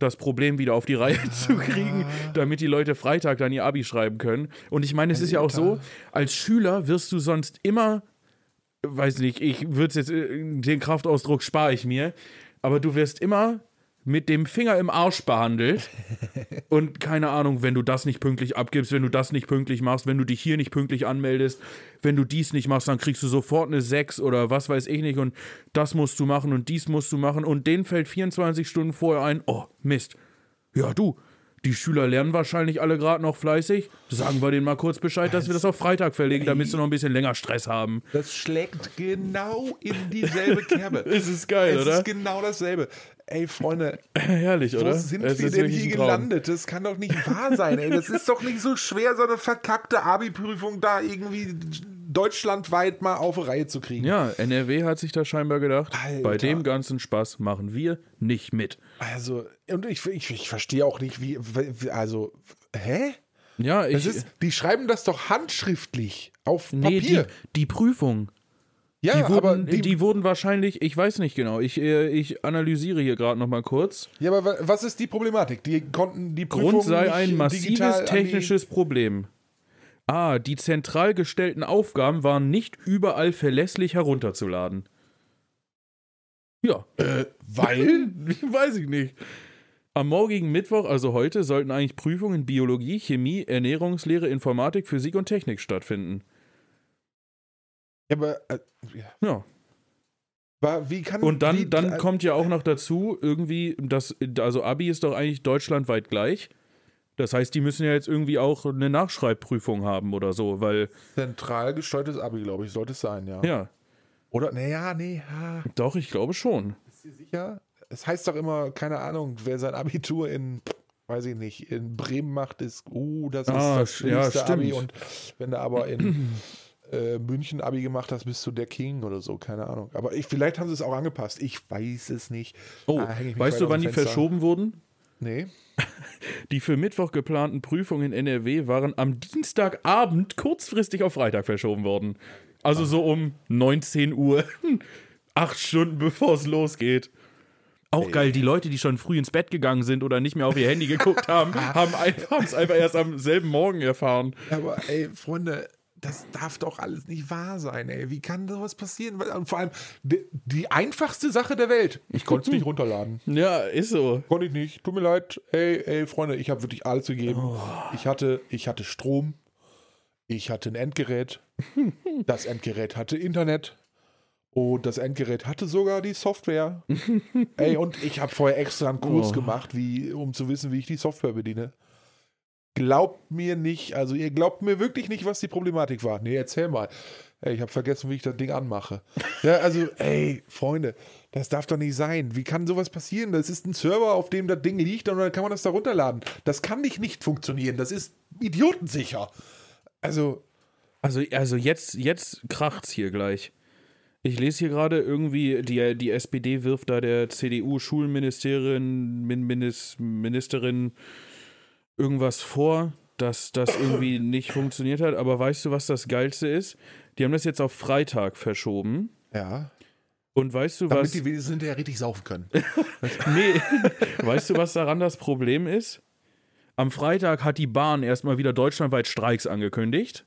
Speaker 1: das Problem wieder auf die Reihe zu kriegen, damit die Leute Freitag dann ihr Abi schreiben können. Und ich meine, es ist ja auch so, als Schüler wirst du sonst immer, weiß nicht, ich würde jetzt, äh, den Kraftausdruck spare ich mir, aber du wirst immer mit dem Finger im Arsch behandelt. Und keine Ahnung, wenn du das nicht pünktlich abgibst, wenn du das nicht pünktlich machst, wenn du dich hier nicht pünktlich anmeldest, wenn du dies nicht machst, dann kriegst du sofort eine 6 oder was weiß ich nicht und das musst du machen und dies musst du machen und den fällt 24 Stunden vorher ein, oh Mist. Ja, du, die Schüler lernen wahrscheinlich alle gerade noch fleißig. Sagen wir denen mal kurz Bescheid, dass wir das auf Freitag verlegen, damit sie noch ein bisschen länger Stress haben.
Speaker 2: Das schlägt genau in dieselbe Kerbe.
Speaker 1: (laughs) Es ist geil,
Speaker 2: es
Speaker 1: oder?
Speaker 2: ist genau dasselbe. Ey, Freunde,
Speaker 1: (laughs) Herrlich,
Speaker 2: wo sind wir denn hier gelandet? Das kann doch nicht wahr sein, ey. Das ist doch nicht so schwer, so eine verkackte Abi-Prüfung da irgendwie deutschlandweit mal auf die Reihe zu kriegen.
Speaker 1: Ja, NRW hat sich da scheinbar gedacht, bei
Speaker 2: Alter.
Speaker 1: dem ganzen Spaß machen wir nicht mit.
Speaker 2: Also, und ich, ich, ich verstehe auch nicht, wie, wie also, hä?
Speaker 1: Ja, ich.
Speaker 2: Das ist, die schreiben das doch handschriftlich auf
Speaker 1: nee, die,
Speaker 2: Papier.
Speaker 1: die Prüfung. Die,
Speaker 2: ja,
Speaker 1: wurden,
Speaker 2: aber
Speaker 1: die, wurden wahrscheinlich, ich weiß nicht genau, ich, äh, ich analysiere hier gerade nochmal kurz.
Speaker 2: Ja, aber wa- was ist die Problematik? Die konnten die Prüfung
Speaker 1: Grund sei
Speaker 2: nicht
Speaker 1: ein massives
Speaker 2: digital an die-
Speaker 1: technisches Problem. A. Die zentral gestellten Aufgaben waren nicht überall verlässlich herunterzuladen. Ja.
Speaker 2: Weil?
Speaker 1: (laughs) Weiß ich nicht. Am morgigen Mittwoch, also heute, sollten eigentlich Prüfungen in Biologie, Chemie, Ernährungslehre, Informatik, Physik und Technik stattfinden.
Speaker 2: Ja, aber äh, ja.
Speaker 1: Ja.
Speaker 2: Wa- wie kann
Speaker 1: Und
Speaker 2: wie,
Speaker 1: dann,
Speaker 2: äh,
Speaker 1: dann kommt ja auch noch dazu, irgendwie, das, also Abi ist doch eigentlich deutschlandweit gleich. Das heißt, die müssen ja jetzt irgendwie auch eine Nachschreibprüfung haben oder so, weil,
Speaker 2: zentral gesteuertes Abi, glaube ich, sollte es sein, ja.
Speaker 1: ja,
Speaker 2: Oder naja, nee, ha,
Speaker 1: doch, ich glaube schon.
Speaker 2: ist dir sicher? Es heißt doch immer, keine Ahnung, wer sein Abitur in weiß ich nicht, in Bremen macht, ist uh, das ist
Speaker 1: Ah,
Speaker 2: das
Speaker 1: sch- ja,
Speaker 2: schwierigste Abi
Speaker 1: stimmt.
Speaker 2: und wenn du
Speaker 1: (clears throat)
Speaker 2: aber in äh, München Abi gemacht hast, bist du der King oder so, keine Ahnung. Aber ich, vielleicht haben sie es auch angepasst. Ich weiß es nicht.
Speaker 1: Oh,
Speaker 2: Da Ah, häng ich mich
Speaker 1: weißt
Speaker 2: weit
Speaker 1: du,
Speaker 2: aus
Speaker 1: wann die
Speaker 2: dem Fenster.
Speaker 1: verschoben wurden?
Speaker 2: Nee.
Speaker 1: Die für Mittwoch geplanten Prüfungen in NRW waren am Dienstagabend kurzfristig auf Freitag verschoben worden. Also so um 19 Uhr, (laughs) acht Stunden bevor es losgeht. Auch geil, die Leute, die schon früh ins Bett gegangen sind oder nicht mehr auf ihr Handy geguckt haben, haben es einfach erst am selben Morgen erfahren.
Speaker 2: Aber ey, Freunde, das darf doch alles nicht wahr sein, ey. Wie kann sowas passieren? Weil- Und vor allem die, die einfachste Sache der Welt. Ich konnte es nicht runterladen.
Speaker 1: Ja, ist so.
Speaker 2: Konnte ich nicht. Tut mir leid. Ey, ey, Freunde, ich habe wirklich alles gegeben. Ich, hatte, ich hatte Strom. Ich hatte ein Endgerät. Das Endgerät hatte Internet. Und das Endgerät hatte sogar die Software. Ey, und ich habe vorher extra einen Kurs
Speaker 1: Oh.
Speaker 2: gemacht, wie, um zu wissen, wie ich die Software bediene. Glaubt mir nicht, also ihr glaubt mir wirklich nicht, was die Problematik war. Nee, erzähl mal. Ey, ich habe vergessen, wie ich das Ding anmache. Ja, also, ey, Freunde, das darf doch nicht sein. Wie kann sowas passieren? Das ist ein Server, auf dem das Ding liegt und dann kann man das da runterladen. Das kann nicht nicht funktionieren. Das ist idiotensicher. Also,
Speaker 1: Also, also jetzt, jetzt kracht's hier gleich. Ich lese hier gerade irgendwie, die, die SPD wirft da der CDU-Schulministerin, Min, Minis, Ministerin irgendwas vor, dass das irgendwie nicht funktioniert hat. Aber weißt du, was das Geilste ist? Die haben das jetzt auf Freitag verschoben.
Speaker 2: ja.
Speaker 1: Und weißt du,
Speaker 2: Damit
Speaker 1: was.
Speaker 2: die wenigstens hinterher richtig saufen können.
Speaker 1: Nee. (laughs) weißt du, was daran das Problem ist? Am Freitag hat die Bahn erstmal wieder deutschlandweit Streiks angekündigt.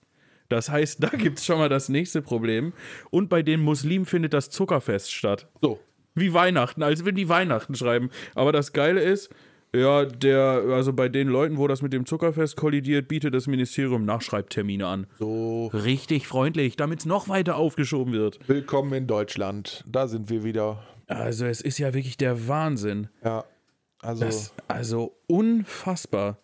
Speaker 1: Das heißt, da gibt es schon mal das nächste Problem. Und bei den Muslimen findet das Zuckerfest statt.
Speaker 2: So.
Speaker 1: Wie Weihnachten, als wenn die Weihnachten schreiben. Aber das Geile ist, ja, der, also bei den Leuten, wo das mit dem Zuckerfest kollidiert, bietet das Ministerium Nachschreibtermine an.
Speaker 2: So.
Speaker 1: Richtig freundlich, damit es noch weiter aufgeschoben wird.
Speaker 2: Willkommen in Deutschland. Da sind wir wieder.
Speaker 1: Also, es ist ja wirklich der Wahnsinn.
Speaker 2: Ja. Also.
Speaker 1: Das, also, unfassbar.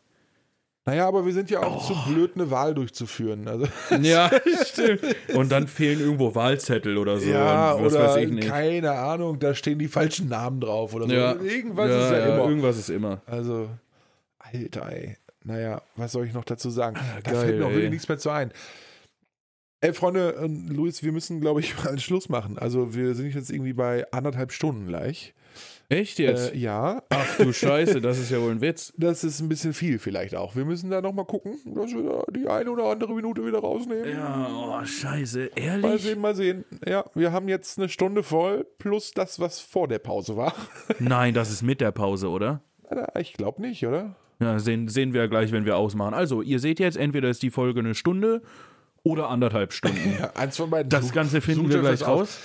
Speaker 2: Naja, aber wir sind ja auch zu blöd, eine Wahl durchzuführen. Also, (laughs)
Speaker 1: Ja, stimmt. Und dann fehlen irgendwo Wahlzettel oder so. und was weiß ich nicht.
Speaker 2: keine Ahnung, da stehen die falschen Namen drauf oder so.
Speaker 1: Ja.
Speaker 2: Irgendwas
Speaker 1: ja,
Speaker 2: ist ja,
Speaker 1: ja,
Speaker 2: immer.
Speaker 1: Irgendwas ist immer.
Speaker 2: Also, Alter, ey. Naja, was soll ich noch dazu sagen? Da
Speaker 1: Ah, geil,
Speaker 2: fällt mir auch
Speaker 1: ey.
Speaker 2: wirklich nichts mehr zu ein. Ey, Freunde, ähm, Luis, wir müssen, glaube ich, (laughs) mal einen Schluss machen. Also, wir sind jetzt irgendwie bei anderthalb Stunden gleich.
Speaker 1: Echt jetzt?
Speaker 2: Äh, ja,
Speaker 1: Ach du Scheiße, das ist ja wohl ein Witz.
Speaker 2: das ist ein bisschen viel vielleicht auch. Wir müssen da nochmal gucken, dass wir da die eine oder andere Minute wieder rausnehmen.
Speaker 1: Ja, oh, Scheiße,
Speaker 2: Mal
Speaker 1: ehrlich?
Speaker 2: sehen, mal sehen. Ja, wir haben jetzt eine Stunde voll plus das, was vor der Pause war.
Speaker 1: Nein, das ist mit der Pause, oder?
Speaker 2: Na, Ich glaube nicht, oder?
Speaker 1: Ja, sehen, sehen wir ja gleich, wenn wir ausmachen. Also, ihr seht jetzt, entweder ist die Folge eine Stunde oder anderthalb Stunden.
Speaker 2: Ja, eins von beiden.
Speaker 1: Das
Speaker 2: Such-
Speaker 1: Ganze finden
Speaker 2: sucht
Speaker 1: wir
Speaker 2: euch
Speaker 1: gleich
Speaker 2: was aus.
Speaker 1: raus.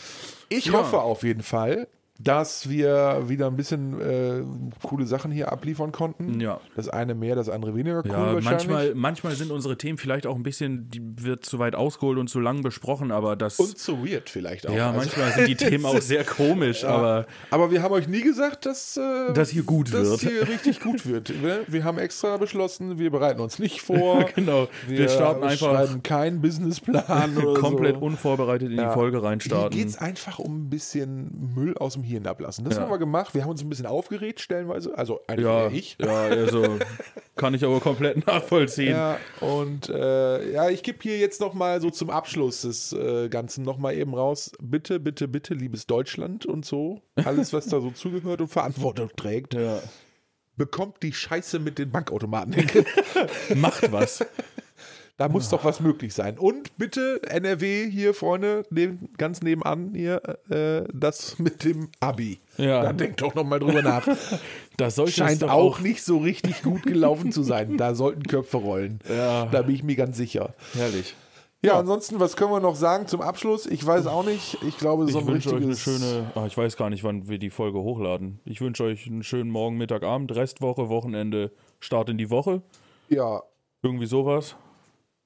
Speaker 2: Ich
Speaker 1: Ja.
Speaker 2: hoffe auf jeden Fall, dass wir wieder ein bisschen äh, coole Sachen hier abliefern konnten.
Speaker 1: Ja.
Speaker 2: Das eine mehr, das andere weniger cool
Speaker 1: Ja,
Speaker 2: wahrscheinlich.
Speaker 1: Äh, manchmal, manchmal sind unsere Themen vielleicht auch ein bisschen, die wird zu weit ausgeholt und zu lang besprochen, aber das.
Speaker 2: Und zu weird vielleicht auch.
Speaker 1: ja,
Speaker 2: Also-
Speaker 1: manchmal sind
Speaker 2: (laughs)
Speaker 1: die Themen auch sehr komisch, aber
Speaker 2: Aber wir haben euch nie gesagt, dass äh,
Speaker 1: Dass hier gut
Speaker 2: dass
Speaker 1: wird.
Speaker 2: hier richtig
Speaker 1: (laughs)
Speaker 2: gut wird. Wir, wir haben extra beschlossen, wir bereiten uns nicht vor.
Speaker 1: (laughs) genau. Wir, starten einfach
Speaker 2: schreiben keinen
Speaker 1: (laughs)
Speaker 2: Businessplan oder
Speaker 1: komplett
Speaker 2: so.
Speaker 1: unvorbereitet in die Folge reinstarten.
Speaker 2: Hier geht es einfach um ein bisschen Müll aus dem Hirn ablassen. Das haben wir gemacht. Wir haben uns ein bisschen aufgeregt, stellenweise. Also eigentlich
Speaker 1: ja,
Speaker 2: eher ich.
Speaker 1: ja, also kann ich aber komplett nachvollziehen.
Speaker 2: Ja, und äh, ja, ich gebe hier jetzt nochmal so zum Abschluss des äh, Ganzen nochmal eben raus. Bitte, bitte, bitte, liebes Deutschland und so, alles, was da so zugehört und Verantwortung trägt, bekommt die Scheiße mit den Bankautomaten. in
Speaker 1: (laughs)
Speaker 2: den Griff.
Speaker 1: Macht was.
Speaker 2: da muss doch was möglich sein. Und bitte, NRW hier, Freunde, neben, ganz nebenan hier, äh, das mit dem Abi.
Speaker 1: Ja.
Speaker 2: Da denkt doch nochmal
Speaker 1: (laughs)
Speaker 2: drüber nach.
Speaker 1: Das sollte es
Speaker 2: Scheint
Speaker 1: doch
Speaker 2: auch nicht so richtig gut gelaufen
Speaker 1: (laughs)
Speaker 2: zu sein. Da sollten Köpfe rollen.
Speaker 1: Ja.
Speaker 2: Da bin ich mir ganz sicher.
Speaker 1: herrlich.
Speaker 2: Ja, ansonsten, was können wir noch sagen zum Abschluss? Ich weiß auch nicht. Ich glaube, so
Speaker 1: Ich
Speaker 2: ein
Speaker 1: wünsche euch eine
Speaker 2: richtiges.
Speaker 1: schöne, ah, ich weiß gar nicht, wann wir die Folge hochladen. Ich wünsche euch einen schönen Morgen, Mittag, Abend, Restwoche, Wochenende, Start in die Woche.
Speaker 2: Ja,
Speaker 1: Irgendwie sowas.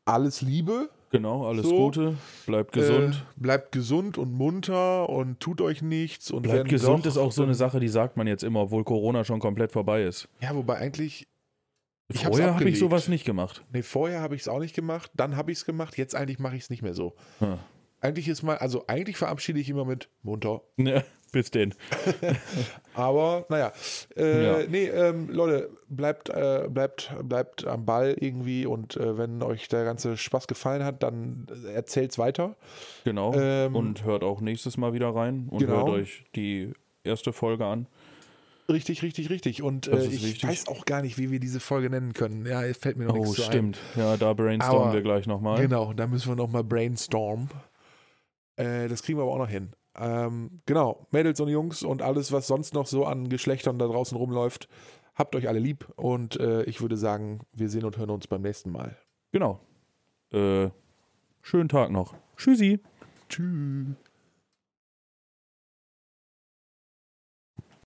Speaker 2: alles Liebe.
Speaker 1: Genau, alles
Speaker 2: So.
Speaker 1: Gute, bleibt gesund.
Speaker 2: Äh, bleibt gesund und munter und tut euch nichts. Und
Speaker 1: Bleibt
Speaker 2: wenn
Speaker 1: gesund
Speaker 2: doch,
Speaker 1: ist auch so eine Sache, die sagt man jetzt immer, obwohl Corona schon komplett vorbei ist.
Speaker 2: Ja, wobei eigentlich. Ich hab's
Speaker 1: Vorher habe ich
Speaker 2: abgelegt.
Speaker 1: sowas nicht gemacht.
Speaker 2: Nee, vorher habe ich es auch nicht gemacht. Dann habe ich es gemacht. Jetzt eigentlich mache ich es nicht mehr so.
Speaker 1: Hm.
Speaker 2: Eigentlich ist mal. Also, eigentlich verabschiede ich immer mit munter.
Speaker 1: (laughs) Ne, bis denn.
Speaker 2: Aber naja, äh,
Speaker 1: Ja.
Speaker 2: nee, ähm, Leute, bleibt, äh, bleibt, bleibt am Ball irgendwie und äh, wenn euch der ganze Spaß gefallen hat, dann äh, erzählt's weiter.
Speaker 1: Genau.
Speaker 2: Ähm,
Speaker 1: und hört auch nächstes Mal wieder rein und
Speaker 2: genau.
Speaker 1: hört euch die erste Folge an.
Speaker 2: Richtig, richtig, richtig. Und äh,
Speaker 1: Das ist
Speaker 2: ich
Speaker 1: wichtig.
Speaker 2: weiß auch gar nicht, wie wir diese Folge nennen können. Ja, es fällt mir noch
Speaker 1: Oh,
Speaker 2: nichts zu
Speaker 1: stimmt. Ja, da brainstormen
Speaker 2: Aber-
Speaker 1: wir gleich
Speaker 2: ein.
Speaker 1: nochmal.
Speaker 2: Genau, da müssen wir nochmal brainstormen. Äh, das kriegen wir aber auch noch hin. Ähm, genau, Mädels und Jungs und alles, was sonst noch so an Geschlechtern da draußen rumläuft, habt euch alle lieb und äh, ich würde sagen, wir sehen und hören uns beim nächsten Mal.
Speaker 1: Genau. Äh, schönen Tag noch. Tschüssi.
Speaker 2: Tschüss.